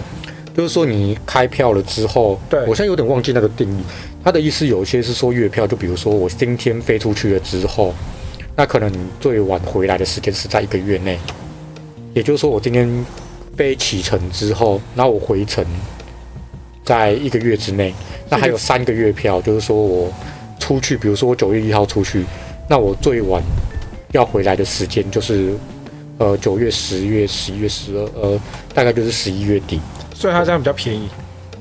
就是说你开票了之后，
对
我现在有点忘记那个定义。它的意思有些是说月票，就比如说我今天飞出去了之后，那可能你最晚回来的时间是在一个月内，也就是说我今天飞启程之后，那我回程在一个月之内，那还有三个月票，就是说我出去，比如说我九月一号出去，那我最晚要回来的时间就是。呃，九月、十月、十一月、十二，呃，大概就是十一月底。
所以它这样比较便宜。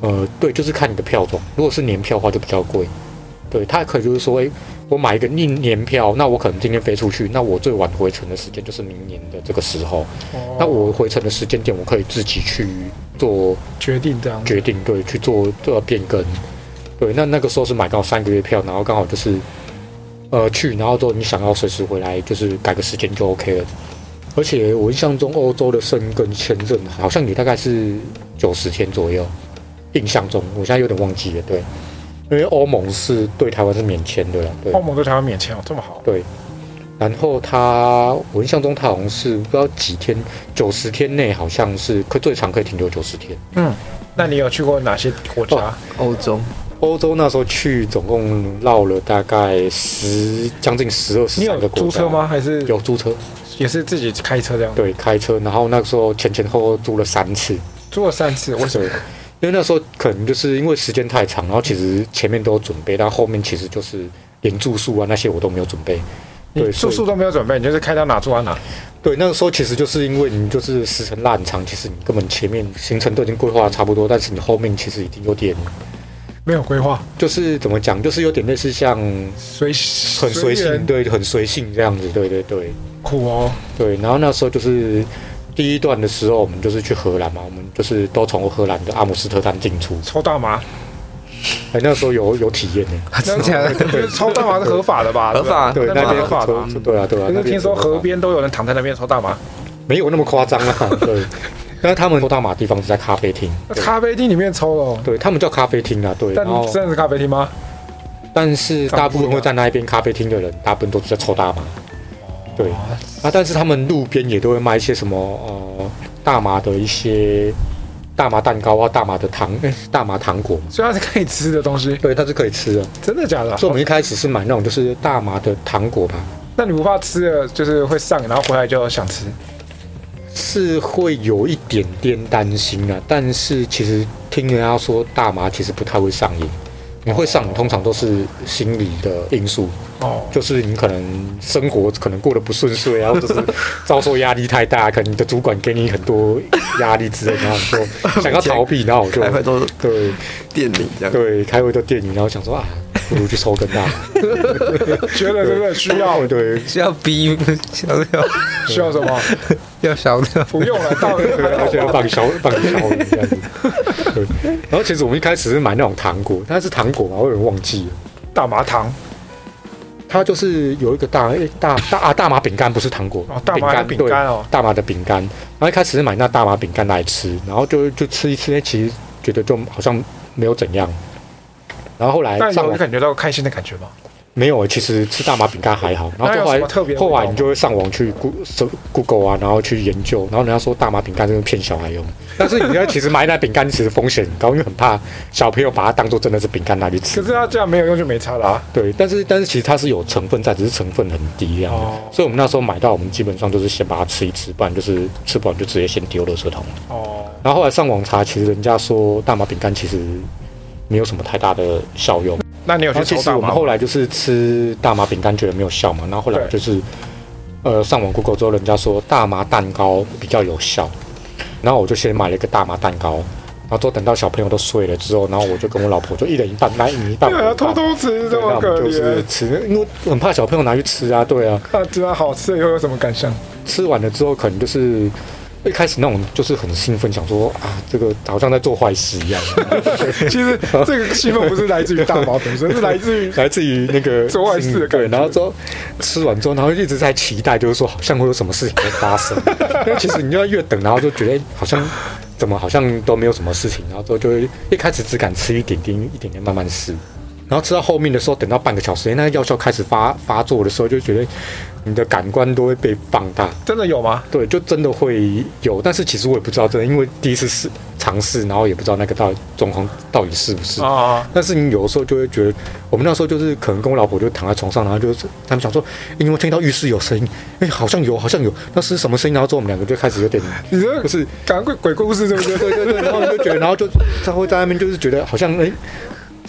呃，对，就是看你的票种，如果是年票的话就比较贵。对，它可以就是说，诶，我买一个一年票，那我可能今天飞出去，那我最晚回程的时间就是明年的这个时候。
哦
那我回程的时间点，我可以自己去做
决定这样子。
决定，对，去做做变更。对，那那个时候是买到三个月票，然后刚好就是呃去，然后之后你想要随时回来，就是改个时间就 OK 了。而且我印象中欧洲的申根签证好像也大概是九十天左右，印象中我现在有点忘记了，对，因为欧盟是对台湾是免签的啦，对
欧。盟对台湾免签哦，这么好。
然后他我印象中他好像是不知道几天，九十天内好像是可最长可以停留九十天。
那你有去过哪些国家
哦？
欧洲
欧洲那时候去，总共绕了大概十将近十二十
你
三
有
个国家。
租车？吗？还是
有租车，
也是自己开车这样？
对，开车。然后那时候前前后后租了三次，
租了三次，为什
对
么？
因为那时候可能就是因为时间太长，然后其实前面都有准备，但后面其实就是连住宿啊那些我都没有准备。
你
对，
住
所以
宿都没有准备，你就是开到哪住到哪。
对，那个时候其实就是因为你就是时程拉很长，其实你根本前面行程都已经规划得差不多，但是你后面其实已经有点，
没有规划，
就是怎么讲，就是有点类似像
随
很
很
随性，对，很随性这样子，对对对。
苦哦。
对，然后那时候就是第一段的时候，我们就是去荷兰嘛，我们就是都从荷兰的阿姆斯特丹进出。
抽大麻，
哎、那时候有有体验 (laughs) 呢、
真的
(laughs)
假
那
的？
就是抽大麻是合法的
(laughs)
吧？
合法
啊对，
对不
那
对
边
合法的吧。
抽对啊对啊，
可
那
是听说
抽大麻
河边都有人躺在那边抽大麻，
没有那么夸张 (laughs) 啊，对。但是他们抽大麻的地方是在咖啡厅，
那咖啡厅里面抽了哦，
对他们叫咖啡厅啊，对。
但
然后，
真的是咖啡厅吗？
但是大部分会在那一边咖啡厅的人，大部分都是在抽大麻。对啊，但是他们路边也都会卖一些什么呃大麻的一些大麻蛋糕啊、大麻的糖、哎大麻糖果嘛，
虽然是可以吃的东西，
对，它是可以吃的。
真的假的？
所以我们一开始是买那种就是大麻的糖果吧，
那你不怕吃了就是会上瘾，然后回来就想吃？
是会有一点点担心啊。但是其实听人家说大麻其实不太会上瘾，你会上瘾通常都是心理的因素，
哦，
就是你可能生活可能过得不顺遂啊，或者是遭受压力太大，可能你的主管给你很多压力之类，然后你
(laughs)
就想要逃避，然后我就
开会都
对
电铃这
(laughs)
样。
对开会都电影，然后想说啊，不如去抽根 (laughs) 大麻。
觉得真的需要
(laughs) 对，
是要逼小掉，
需要什么？
要小掉。
不用了，到
对，而且要放小放小鱼这样子。对，然后其实我们一开始是买那种糖果，但是糖果嘛，我有点忘记了。
大麻糖
它就是有一个大诶大大啊大麻饼干，不是糖果，
哦，大麻的饼
对
干哦，
大麻的饼干。然后一开始是买那大麻饼干哎来吃，然后就就吃一吃，诶其实觉得就好像没有怎样。然后后来
但
上
有
网
感觉到开心的感觉吗？
没有，其实吃大麻饼干还好。然
那有
后后
什
来
么特别的味道
后
吗
来你就会上网去 Go- 搜 Google 啊，然后去研究，然后人家说大麻饼干就是骗小孩用，但是你要其实买那饼干其实风险很高，因为很怕小朋友把它当做真的是饼干拿去吃
可。是他这样没有用就没差啦、
对，但是但是其实它是有成分在，只是成分很低量的。
哦
所以我们那时候买到，我们基本上就是先把它吃一吃，不然就是吃不完就直接先丢垃圾桶。
哦，
然后后来上网查，其实人家说大麻饼干其实没有什么太大的效用。
那你有
然后
去抽
其实
大
我们
麻
(laughs) 后
吗？
来就是吃大麻饼干觉得没有效嘛，然后后来
对
就是呃上网 Google 之后，人家说大麻蛋糕比较有效，然后我就先买了一个大麻蛋糕，然后之后等到小朋友都睡了之后，然后我就跟我老婆就一人一半，那 (laughs) 一人一半，
对
我一
啊，偷
半
偷吃
对
这
那
么
我
可
们就是
怜，
吃，因为很怕小朋友拿去吃啊，对啊，
那知道好吃又有什么感想？ (laughs)
吃完了之后可能就是。一开始那种就是很兴奋，想说啊，这个好像在做坏事一样，
其实这个兴奋不是来自于大麻本身，是来 (laughs) 自于
(laughs) 来自于那个
做坏事的感觉
对，然后之后吃完之后，然后一直在期待，就是说好像会有什么事情会发
(laughs)
生，因为其实你就要越等，然后就觉得哎好像怎么好像都没有什么事情，然后之后就会一开始只敢吃一点点，一点点慢慢试，然后吃到后面的时候，等到半个小时，哎那个药效开始发发作的时候，就觉得你的感官都会被放大，
真的有吗？
对，就真的会有，但是其实我也不知道真的，因为第一次试尝试，然后也不知道那个到底状况到底是不是。
啊，
但是你有的时候就会觉得，我们那时候就是可能跟我老婆就躺在床上，然后就是他们想说，诶你有没有听到浴室有声音？哎、好像有，好像有，那是什么声音？然后之后我们两个就开始有点，
你这
不是，
赶快鬼故事对不对？
对对对，然后就觉得，然后就他会在那边就是觉得好像哎。诶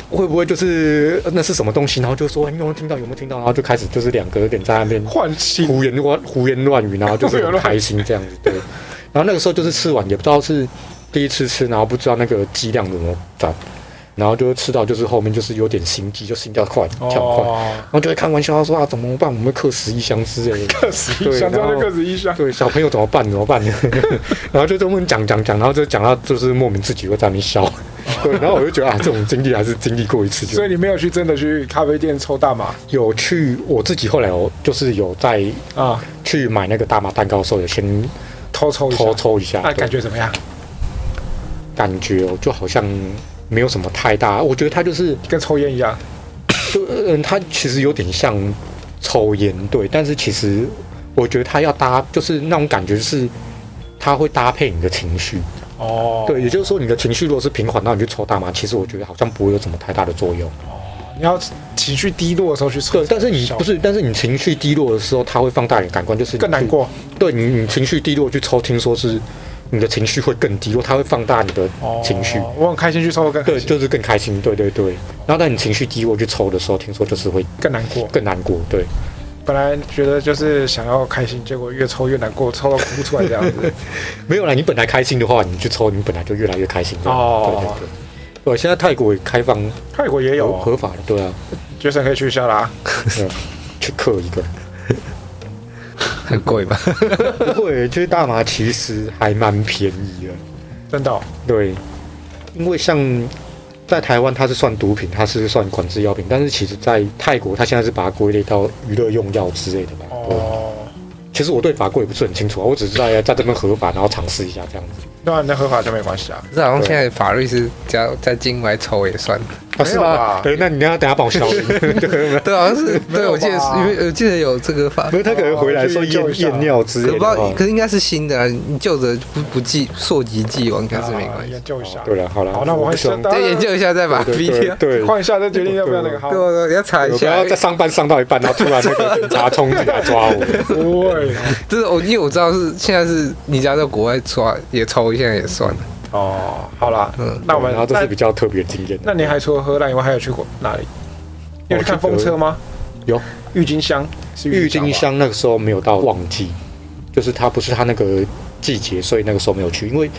会不会就是呃那是什么东西？然后就说哎诶你有没有听到？有没有听到？然后就开始就是两个有点在那边
唤醒
胡言乱胡言乱语，然后就是很开心这样子。对，然后那个时候就是吃完也不知道是第一次吃，然后不知道那个剂量怎么涨，然后就吃到就是后面就是有点心悸，就心跳快跳快，
哦，
然后就会开玩笑说啊怎么办？我们会克死一箱之
(laughs)
类的。
克死一
对
箱，这
然
样
后
就克死一箱。
对，小朋友怎么办？怎么办？ (laughs) 然后就这么讲讲讲，然后就讲到就是莫名自己会在那边笑。对，然后我就觉得啊，这种经历还是经历过一次就好
哦所以你没有去真的去咖啡店抽大麻
有去我自己后来有就是有在
啊，
去买那个大麻蛋糕的时候，有先
偷抽一下
偷，抽一下，
那
对
感觉怎么样？
感觉哦就好像没有什么太大，我觉得它就是
跟抽烟一样，
就嗯，它其实有点像抽烟，对，但是其实我觉得它要搭，就是那种感觉是。它会搭配你的情绪，
哦，
对，也就是说你的情绪如果是平缓，那你去抽大麻，其实我觉得好像不会有什么太大的作用。
哦你要情绪低落的时候去抽，
对，但是你不是，但是你情绪低落的时候，它会放大你的感官，就是你
更难
去
过
对你，你情绪低落去抽，听说是你的情绪会更低落，它会放大你的情绪。
哦我很开心去抽，更开
对，
心
就是更开心，对对对。然后当你情绪低落去抽的时候，听说就是会
更难过。
更难过，对。
本来觉得就是想要开心，结果越抽越难过，抽到哭出来这样
(laughs)
子。
没有啦，你本来开心的话，你去抽，你本来就越来越开心。对
哦
对对对。对，现在泰国也开放
泰国也有
合
哦
合法了，对啊，
，Jason 可以去一下啦。
对啊去克一个。
很贵吧？
对，就是大麻其实还蛮便宜的，
真的哦
对，因为像在台湾它是算毒品，它是算管制药品，但是其实在泰国它现在是把它归类到娱乐用药之类的吧。对，
哦，
其实我对法规也不是很清楚啊，我只是在在这边合法，然后尝试一下这样子。
那那合法就没关系啊。
这好像现在法律是只要在境外抽也算。
啊，
没
是
有吧
吗？对，那你等一下等一下帮我消 (laughs) 音。
(laughs) 对，好像是
没
对，
有
我记得
吧
是，因为呃我记得有这个法，
不是，他可能回来说
哦我
验
去研究一下
验尿之
可不
类
知
的哦
道，
话。
可是应该是新的啊，你旧的不不记，溯及既往应该是没关
啊研
系。
究一下。
哦对了，好了，
好，那我
不
还
希望
想
再研究一下再把
对
B
对
T，
对对，
换一下，再决定要不要那个好
对。我要查一
我不
下
要，在上班上到一半，然后突然那个警察冲进来啊抓 (laughs) 我。
不会
这是我哦因为我知道是现在是 (laughs) 你只要在国外抓也抽，现在也算了。
哦，好啦，
嗯
那我们
然后这是比
那
较特别的经验。啊
那你还除了荷兰以外，还有去过哪里？你有去看
哦我去
风车吗？
有
郁金香，是
郁
香吧
金香那个时候没有到旺季，就是它不是它那个季节，所以那个时候没有去。因为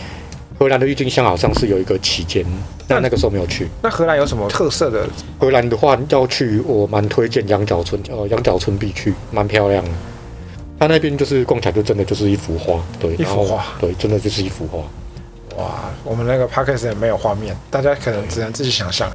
荷兰的郁金香好像是有一个期间，但那个时候没有去。
那荷兰有什么特色的？
荷兰的话要去，我蛮推荐羊角村，呃，羊角村必去，蛮漂亮的。它那边就是逛起来就真的就是一幅画，对，
一幅画
然后，对，真的就是一幅画。
哇，我们那个 podcast 也没有画面，大家可能只能自己想象。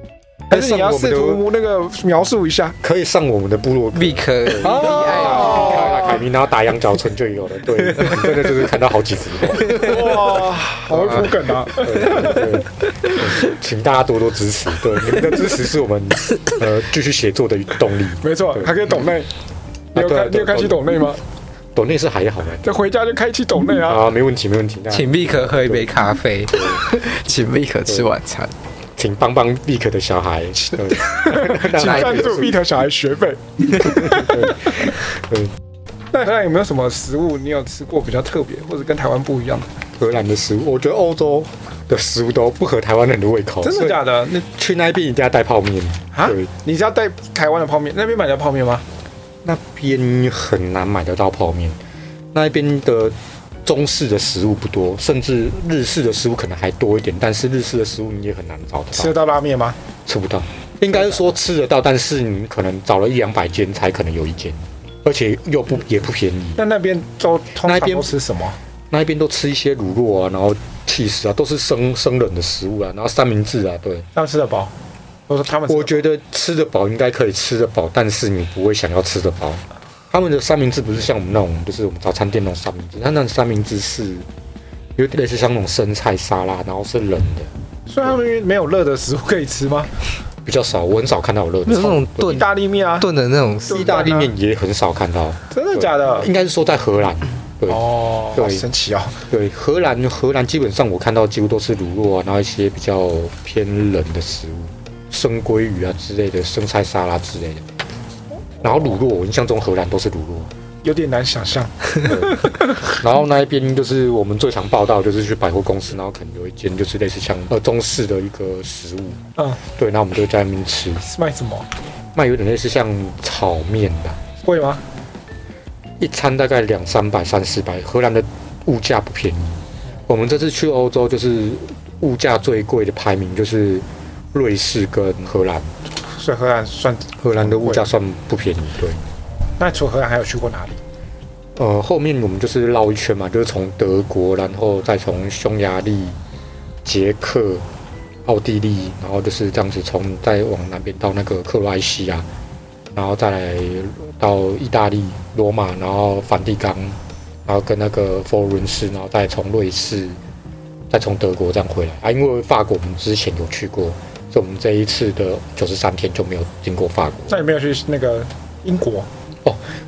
但
(laughs) 但
是
是
你要
我
试
们的
图那个描述一下。
可以上我们的
(laughs)
部落格。
Vic
哦，
哦
凯拉凯明，然后打羊角村就有
(laughs)
了，对，你真的就是看到好几幅画。
哇，好会铺梗啊！
对对对请大家多多支持，对，你们的支持是我们呃继续写作的动力。
没错，还可以懂内。你
啊
有
对啊
开
对啊
你有开启懂内吗？
抖内是还好哎，
这回家就开启懂内啊！
啊，没问题没问题，那
请立刻喝一杯咖啡，
请立刻吃晚餐。
请帮帮立刻的小孩，对
请赞助 Beat 小孩学
(laughs)
费。
对
那那有没有什么食物你有吃过比较特别，或者跟台湾不一样的？
荷兰的食物，我觉得欧洲的食物都不合台湾人的胃口，
真
所
的
以
假的？那
去那边一定要带泡面
啊
对，，啊
你是要带台湾的泡面？那边买得到泡面吗？
那边很难买得到泡面，那边的中式的食物不多，甚至日式的食物可能还多一点，但是日式的食物你也很难找得
吃
到
得，到拉面吗？
吃不到。应该是说吃得到，但是你可能找了一两百间才可能有一间，而且又不也不便宜。
那那边都通常
那边
都吃什么？
那一边都吃一些乳酪啊，然后气司啊，都是生生冷的食物啊，然后三明治啊，对。
他们吃得饱？我说他们吃得
我
饱
觉得吃得饱应该可以吃得饱，但是你不会想要吃得饱。他们的三明治不是像我们那种，就是我们早餐店那种三明治，他那种三明治是有点类似像那种生菜沙拉，然后是冷的，
所以他们没有热的食物可以吃吗？
比较少，我很少看到有热
没有那
炒
种
意
对
炖
大利面啊，
炖的那种
炖
意大利面也很少看到，
真的假的
应？该是说在荷兰，对、
哦，
对
好神奇哦！
对，荷兰荷兰基本上我看到几乎都是乳酪啊，然后一些比较偏冷的食物，生鲑鱼啊之类的，生菜沙拉之类的。然后乳酪，我印象中荷兰都是乳酪。
有点难想象。
然后那一边就是我们最常报道，就是去百货公司，然后可能有一间就是类似像呃中式的一个食物，
嗯，
对，那我们就在那边吃，
是卖什么？
那有点类似像炒面吧，
贵吗？
一餐大概两三百、三四百，荷兰的物价不便宜。我们这次去欧洲，就是物价最贵的排名就是瑞士跟荷兰，
所以荷兰算……
荷兰的物价算不便宜，对。
那除了荷兰还有去过哪里？
呃，后面我们就是绕一圈嘛，就是从德国，然后再从匈牙利、捷克、奥地利，然后就是这样子从再往南边到那个克罗埃西亚，然后再来到意大利罗马，然后梵蒂冈，然后跟那个佛罗伦斯，然后再从瑞士，再从德国这样回来啊。因为法国我们之前有去过，所以我们这一次的九十三天就没有经过法国。
那有没有去那个英国？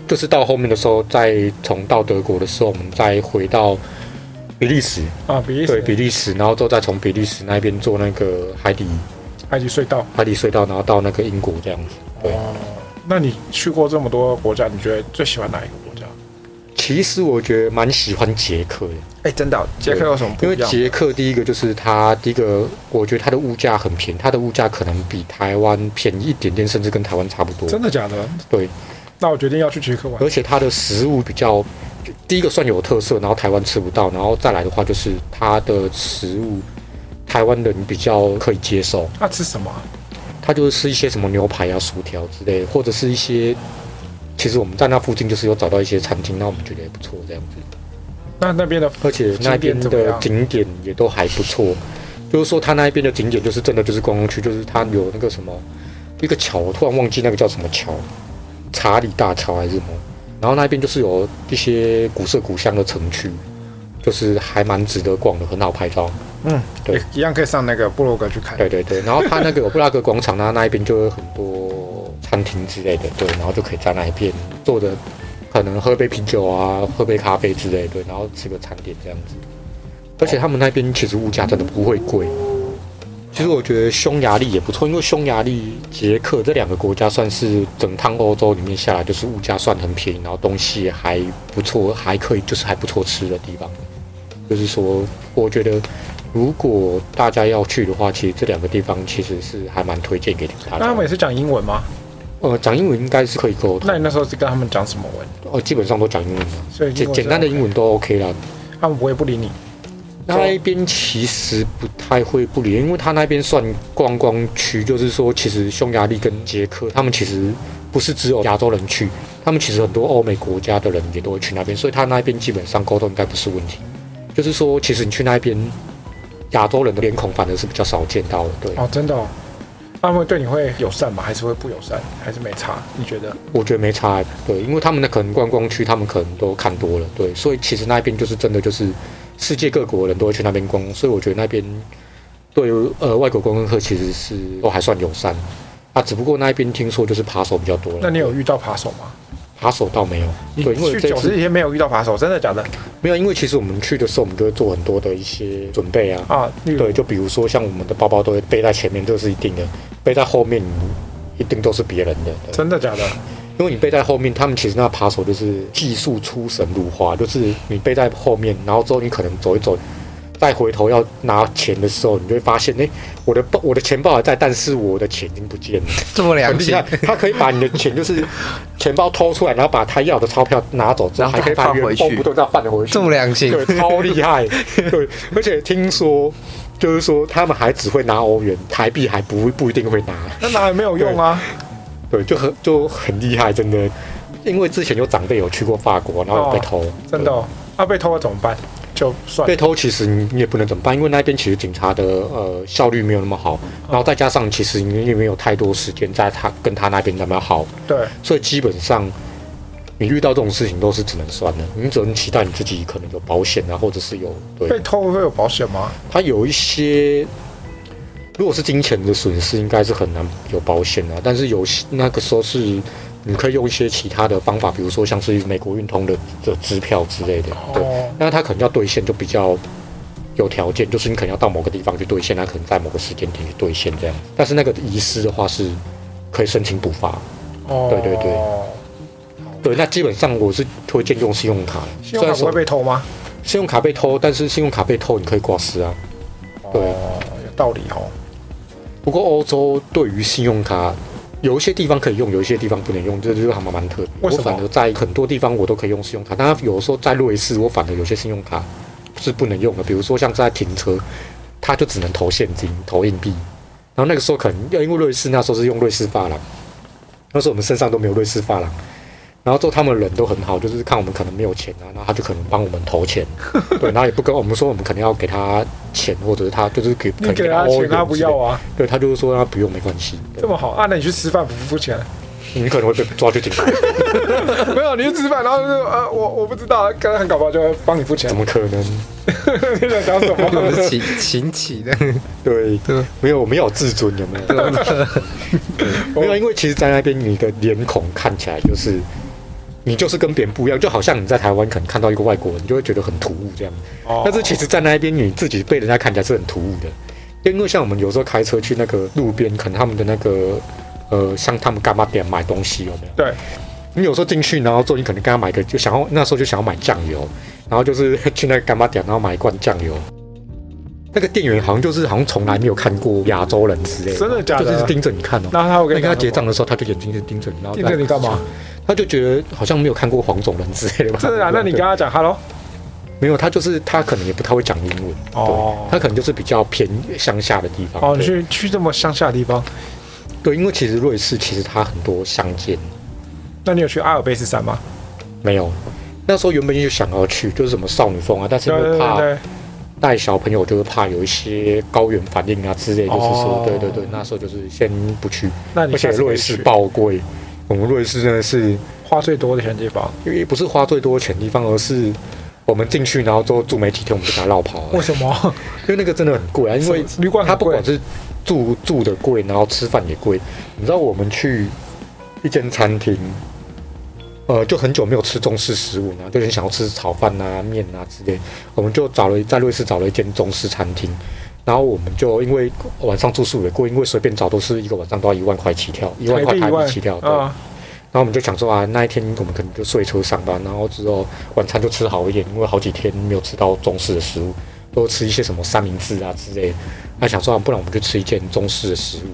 就是到后面的时候，再从到德国的时候，我们再回到比利时，
啊，比利
对比
时
利时，然后之后再从比利时那边坐那个海底
埃及隧道。
海底隧道，然后到那个英国这样子。对，
那你去过这么多国家，你觉得最喜欢哪一个国家？
其实我觉得蛮喜欢捷克的，
哎，真的，捷克有什么
因
不
为
一样？
捷克第一个就是它第一个，我觉得它的物价很便宜，它的物价可能比台湾便宜一点点，甚至跟台湾差不多。
真的假的？
对，
那我决定要去捷克玩
而。且它的食物比较，第一个算有特色，然后台湾吃不到，然后再来的话就是它的食物，台湾人比较可以接受，
那吃什么啊？
它就是吃一些什么牛排啊、薯条之类的，或者是一些，其实我们在那附近就是有找到一些餐厅，那我们觉得也不错这样子，
那那边的
而且那边
景点怎么
的
样
景点也都还不错，就是说它那一边的景点就是真的就是观光区，就是它有那个什么一个桥，我突然忘记那个叫什么桥，查理大桥还是什么。然后那边就是有一些古色古香的城区，就是还蛮值得逛的，很好拍照。
嗯，
对
也一样可以上那个部落格去看。
对对对，然后它那个有布拉格广场，那那一边就有很多餐厅之类的，对，然后就可以在那一边坐着，可能喝杯啤酒啊，喝杯咖啡之类的，然后吃个餐点这样子。而且他们那边其实物价真的不会贵。其实我觉得匈牙利也不错，因为匈牙利、捷克这两个国家算是整趟欧洲里面下来，就是物价算很便宜，然后东西还不错，还可以，就是还不错吃的地方。就是说，我觉得如果大家要去的话，其实这两个地方其实是还蛮推荐给大
那他
家
们。也是讲英文吗？
呃，讲英文应该是可以沟通
那，你那时候是跟他们讲什么文？
呃，基本上都讲英文的，
所以英
简
文
简单的
是
英文都 OK 啦。
他们不会不理你。
那一边其实不太会不理，因为他那边算观光区，就是说，其实匈牙利跟捷克，他们其实不是只有亚洲人去，他们其实很多欧美国家的人也都会去那边，所以他那边基本上沟通应该不是问题。就是说，其实你去那边，亚洲人的脸孔反而是比较少见到的。对，
哦，真的哦。他们对你会友善吗？还是会不友善？还是没差？你觉得？
我觉得没差欸，对，因为他们的可能观光区，他们可能都看多了，对，所以其实那边就是真的就是世界各国人都会去那边观光，所以我觉得那边对于呃外国观光客其实是都还算友善。啊，只不过那一边听说就是扒手比较多了。
那你有遇到扒手吗？
扒手倒没有，
你
对，因为
去
这
九
次
十天没有遇到扒手，真的假的
没有，因为其实我们去的时候，我们都会做很多的一些准备啊。
啊？例如
对，就比如说像我们的包包都会背在前面，这是一定的；背在后面，一定都是别人的。对
真的
(laughs)
假的？
因为你背在后面，他们其实那扒手就是技术出神入化，就是你背在后面，然后之后你可能走一走，再回头要拿钱的时候，你就会发现，哎、我的包我的钱包还在，但是我的钱已经不见了，
这么
很
良
厉
心
害，。他可以把你的钱就是钱包偷出来，然后把他要的钞票拿走之后，
然后
还可以
再
把
放回
原封
去
不动再换回去，
这么良心，
对，超厉害， (laughs) 对，而且听说就是说他们还只会拿欧元，台币还不不一定会拿，
那哪里没有用啊？
对，就很就很厉害，真的。因为之前有长辈有去过法国，然后有被偷，
真的、哦？啊，被偷了怎么办？就算
对被偷，其实你你也不能怎么办，因为那边其实警察的呃效率没有那么好，然后再加上其实你也没有太多时间在他跟他那边那么好，
对，
所以基本上你遇到这种事情都是只能算了，你只能期待你自己可能有保险啊，或者是有对
被偷会有保险吗？
它有一些，如果是金钱的损失，应该是很难有保险的、但是有些那个时候是，你可以用一些其他的方法，比如说像是美国运通的的支票之类的，对。
哦，
那它可能要兑现就比较有条件，就是你可能要到某个地方去兑现，那可能在某个时间点去兑现这样。但是那个遗失的话是可以申请补发。
哦，
对对对对，那基本上我是推荐用信用卡，
信用卡不会
虽然说
被偷吗？
信用卡被偷，但是信用卡被偷你可以挂失啊。对
哦，有道理哦。
不过欧洲对于信用卡，有一些地方可以用，有一些地方不能用，这就是还蛮蛮特别。
为
我
什么
反而在很多地方我都可以用信用卡，但它有时候在瑞士，我反而有些信用卡是不能用的，比如说像在停车，它就只能投现金、投硬币。然后那个时候可能要因为瑞士那时候是用瑞士法郎，那时候我们身上都没有瑞士法郎。然后之后他们人都很好，就是看我们可能没有钱啊，然后他就可能帮我们投
(laughs)
钱，对，然后也不跟我们说我们可能要给他钱，或者是他就是给可
你
能
给
他
他
欧
钱，
元
他不
之类的
要啊，
对他就是说他不用没关系，对
这么好啊？那你去吃饭不付钱？
你可能会被抓去警察，
(laughs) 没有，你去吃饭，然后就说呃，我我不知道，刚刚搞不好就会帮你付钱
怎。么可能？
(laughs) 你在讲
(laughs)
什
我
么？
们是请请起的，
对，
对
没有没有自尊有没有？ (laughs) 对没有，因为其实，在那边你的脸孔看起来就是你就是跟别人不一样，就好像你在台湾可能看到一个外国人，你就会觉得很突兀这样。
哦
但是其实，在那边你自己被人家看起来是很突兀的，因为像我们有时候开车去那个路边，可能他们的那个呃，像他们干妈店买东西有没有？
对，
你有时候进去，然后之后你可能跟他买个，就想要那时候就想要买酱油，然后就是 (laughs) 去那个干妈店，然后买一罐酱油。那个店员好像就是好像从来没有看过亚洲人之类的，
真的假的
就是一直盯着你看哦、
那他会
那
跟
你
你
跟他
讲
结
什
账
么
的时候，他就眼睛一直盯着你，然后
盯着你干嘛？
他就觉得好像没有看过黄种人之类的吧？
真的啊？那你跟
刚
他讲 hello？
没有？他就是他可能也不太会讲英文，
哦
对，他可能就是比较偏乡下的地方。
哦，你
对
去去这么乡下的地方，
对，因为其实瑞士其实它很多乡间
那你有去阿尔卑斯山吗？
没有，那时候原本就想要去，就是什么少女峰啊，但是
对
因
对
为
对
怕
对，
带小朋友就是怕有一些高原反应啊之类，就是说
哦，
对对对，那时候就是先不去，
那你
而且
下次可
瑞
以
士
去
爆贵，我们瑞士真的是
花最多的全地方，
因为不是花最多钱的地方，而是我们进去然后之后住没几天，我们就把它绕跑了
为，什么？
因为那个真的很贵啊， (laughs) 因为
(laughs) 旅馆
它
很
不
贵
管是住住的贵，然后吃饭也贵。你知道我们去一间餐厅，呃，就很久没有吃中式食物了，就很想要吃炒饭啊、面啊之类。我们就找了在瑞士找了一间中式餐厅，然后我们就因为晚上住宿也贵，因为随便找都是一个晚上都要一万块起跳，一万块
币
台
一万
币起跳。对。
啊，
然后我们就想说啊，那一天我们可能就睡车上吧，然后之后晚餐就吃好一点，因为好几天没有吃到中式的食物，都吃一些什么三明治啊之类的。那想说、啊，不然我们就吃一间中式的食物。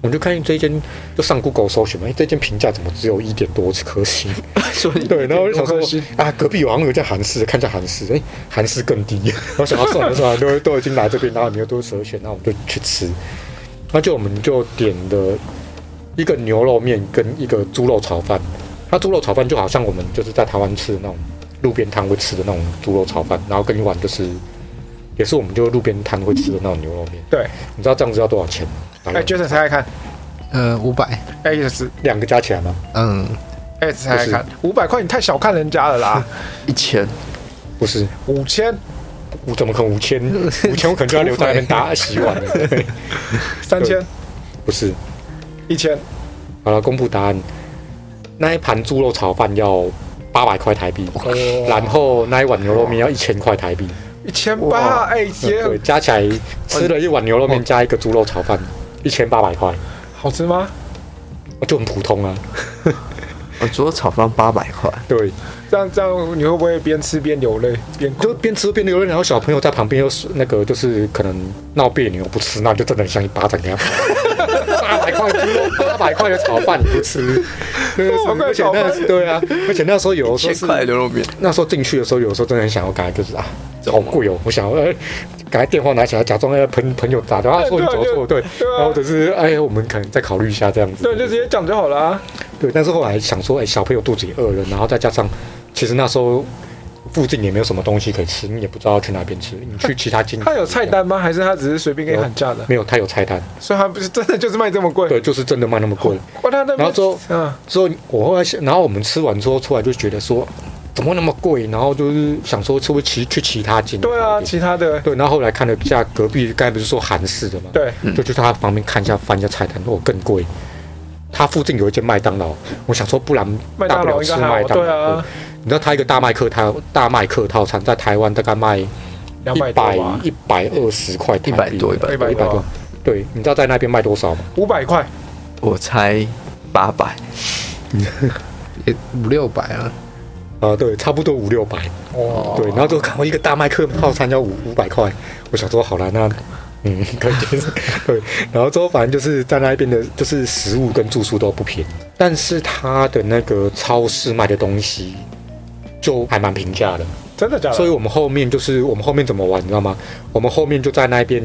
我们就看这一间，就上 Google 搜寻嘛，哎，这间评价怎么只有一点多颗星？
所以
对，然后我就想
多颗
说
星
啊，隔壁好像有一家韩式的，看一下韩式，哎，韩式更低。然后想要啊算了算了，都都已经来这边，然后也没有多蛇选，那我们就去吃。那就我们就点了一个牛肉面跟一个猪肉炒饭。那猪肉炒饭就好像我们就是在台湾吃的那种路边摊会吃的那种猪肉炒饭，然后跟一碗就是也是我们就路边摊会吃的那种牛肉面。
对，
你知道这样子要多少钱吗？大概
哎，Jason 猜猜看哎
呃，五百，
，S
两个加起来吗？
嗯，
S 哎猜猜看，五百块你太小看人家了啦，
一千
不是，
五千
我怎么可能五千？五千我可能就要留在那边打洗碗了。对，
三千、
不是。
一千，
好了，公布答案。那一盘猪肉炒饭要八百块台币，然后那一碗牛肉面要一千块台币。
一千八，
哇
哎
嗯对，
姐，
加起来吃了一碗牛肉面加一个猪肉炒饭，一千八百块，
好吃吗？
就很普通啊。
我猪肉炒饭八百块，
对，
这样这样你会不会边吃边流泪边哭？
就边吃边流泪，然后小朋友在旁边又是那个就是可能闹别扭不吃，那就真的很像一巴掌给他。 (laughs) 八百块猪肉，八百块的炒饭你不吃，对，
八百块
而且
炒饭
那对啊，而且那时候有的时候
千
是
块牛肉面，
那时候进去的时候，有时候真的很想要赶快就是啊，好贵哦，我想要呃赶快电话拿起来，假装要哎朋朋友打电话说你走错，对，
对啊
然后只是哎，我们可能再考虑一下这样子，
对，就直接讲就好了啊。
对，但是后来想说，哎，小朋友肚子也饿了，然后再加上其实那时候附近也没有什么东西可以吃，你也不知道去哪边吃，你去其他景
他有菜单吗？还是他只是随便给你喊价的？
没有？他有菜单，
所以他不是真的就是卖这么贵。
对，就是真的卖那么贵。
哇，他那边
然后之后
嗯，
之后我后来想，然后我们吃完之后出来就觉得说。怎么那么贵？然后就是想说，是不是其去其他景？
对啊，其他的
对，然后后来看了一下隔壁，刚才不是说韩式的吗？，
对，
就去他旁边看一下，翻一下菜单，哦，更贵。他附近有一间麦当劳，我想说，不然
麦
大
当
不
劳
了
应
吃
该
麦
还好。
当劳。
对啊，
你知道他一个大麦克套大麦克套餐在台湾大概卖一
两百多
百
吧，
一百二十块台币，
100多100
一
一百
百多
多。，
对，你知道在那边卖多少吗？
五百块，
我才八百，
也五六百啊，
啊，对，差不多五六百。
哇，
对，然后就看我一个大麦克套餐要五五百块，我想说好了，那嗯 (laughs) 可以接受。对，然后之后反正就是在那边的，就是食物跟住宿都不便宜，但是它的那个超市卖的东西就还蛮平价的，
真的假的？，
所以我们后面就是我们后面怎么玩，你知道吗？我们后面就在那边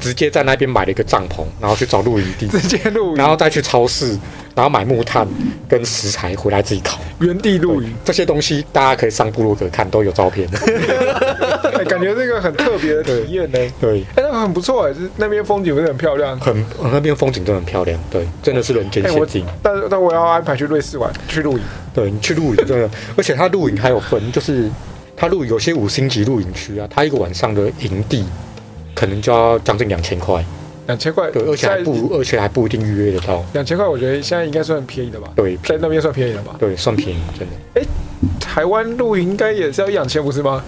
直接在那边买了一个帐篷，然后去找露营地
直接露
然
营，
后再去超市，然后买木炭跟食材回来自己烤。
原地露营，
这些东西大家可以上部落格看，都有照
(laughs)
片。
哎感觉这个很特别的体验呢。
对。
哎，那个很不错哎，是那边风景不是很漂亮？
很呃那边风景真的很漂亮，对，真的是人间
哎，
仙
我
境。
但但我要安排去瑞士玩，去露营。
对你去露营真的，而且它露营还有分，就是它露营有些五星级露营区啊，它一个晚上的营地可能就要将近两千块，
两千块，
对，而且还
现在
不而且还不一定预约得到，
两千块，我觉得现在应该算便宜的吧，
对
在那边算便宜了吧？
对，算便宜，真的
台湾露营应该也是要一两千，不是吗？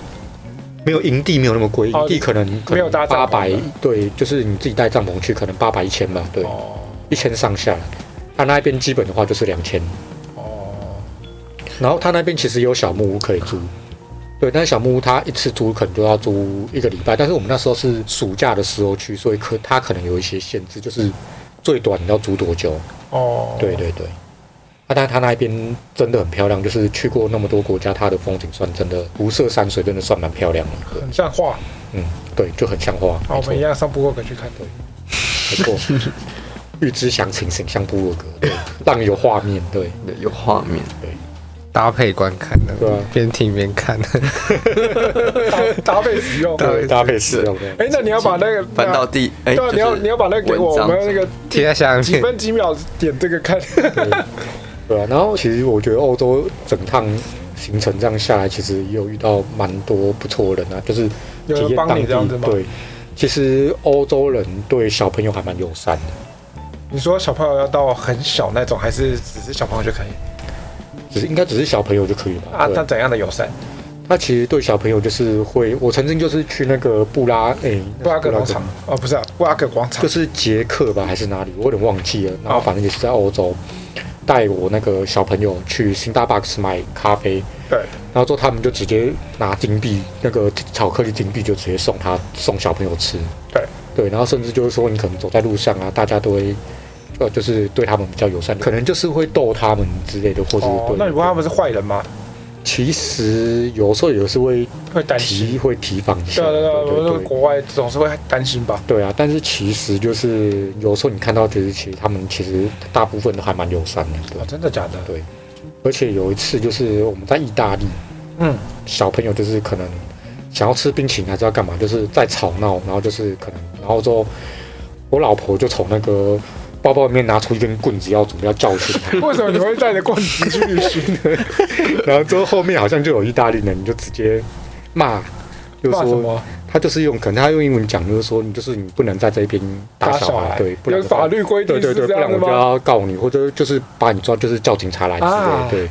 没有营地没有那么贵，
哦
营地可能可
没有
能
搭帐
八
篷
百
的，
对，就是你自己带帐篷去，可能八百一千吧，对，
哦
一千上下。它那边基本的话就是两千，
哦，
然后他那边其实也有小木屋可以租，对，但是小木屋他一次租可能就要租一个礼拜，但是我们那时候是暑假的时候去，所以可他可能有一些限制，就是最短你要租多久？
哦，
对，对对。啊，但是他那边真的很漂亮，就是去过那么多国家，它的风景算真的湖色山水真的算蛮漂亮的，对
很像画。
嗯，对，就很像画，
好，
没
哦我
错
们一样上布洛格 (laughs) 去看。
没
(laughs)
错。预知详情，请向部落格，对，让你有画面，对
对有画面，
搭配观看的，
对啊
边听边看的，
搭搭配使用。
对，搭配使用的，
哎，那你要把那个
翻到第哎，
对啊，
就是
你要你要把那个给我，
文
我
章
们要那个
贴在下
几
面。
分几秒点这个看。 (laughs)
对啊，然后其实我觉得欧洲整趟行程这样下来，其实也有遇到蛮多不错的人啊，就是
有人
体验
帮
当
你这样子
地
吗
对。其实欧洲人对小朋友还蛮友善的，
你说小朋友要到很小那种，还是只是小朋友就可以
只是应该只是小朋友就可以吧？
啊？
对
他怎样的友善？
他其实对小朋友就是会，我曾经就是去那个布拉诶、
布拉格广场哦，不是啊，布拉格广场
就。是捷克吧，还是哪里？我有点忘记了。然
哦
后反正也是在欧洲，带我那个小朋友去星巴克买咖啡，
对，
然后之后他们就直接拿金币，那个巧克力金币就直接送他送小朋友吃。
对
对，然后甚至就是说你可能走在路上啊，大家都会呃就是对他们比较友善，可能就是会逗他们之类的，或者是
哦
对。，
那你不怕他们是坏人吗？
其实有时候也是会
会担
提
心。
会提防一下，
对啊，对啊，我
对
说
对
国外总是会担心吧。
对啊，但是其实就是有时候你看到，就是其实他们其实大部分都还蛮友善的，对
哦，真的假的？
对，而且有一次就是我们在意大利，
嗯，
小朋友就是可能想要吃冰淇淋还是要干嘛，就是在吵闹，然后就是可能，然后之后我老婆就从那个包包里面拿出一根棍子要准备要教训
(laughs)
他，
为什么你会带着棍子去旅行？
然后之后后面好像就有意大利人就直接骂，就
骂什
说
么？
他就是用，可能他用英文讲，就是说你就是你不能在这边打
打
小
小
孩，
孩，
对，不然
有
的话
法律规定
对对
是
对，
这
不
样
然
的
我就
吗？
要告你，或者就是把你抓，就是叫警察来之类
啊
的。对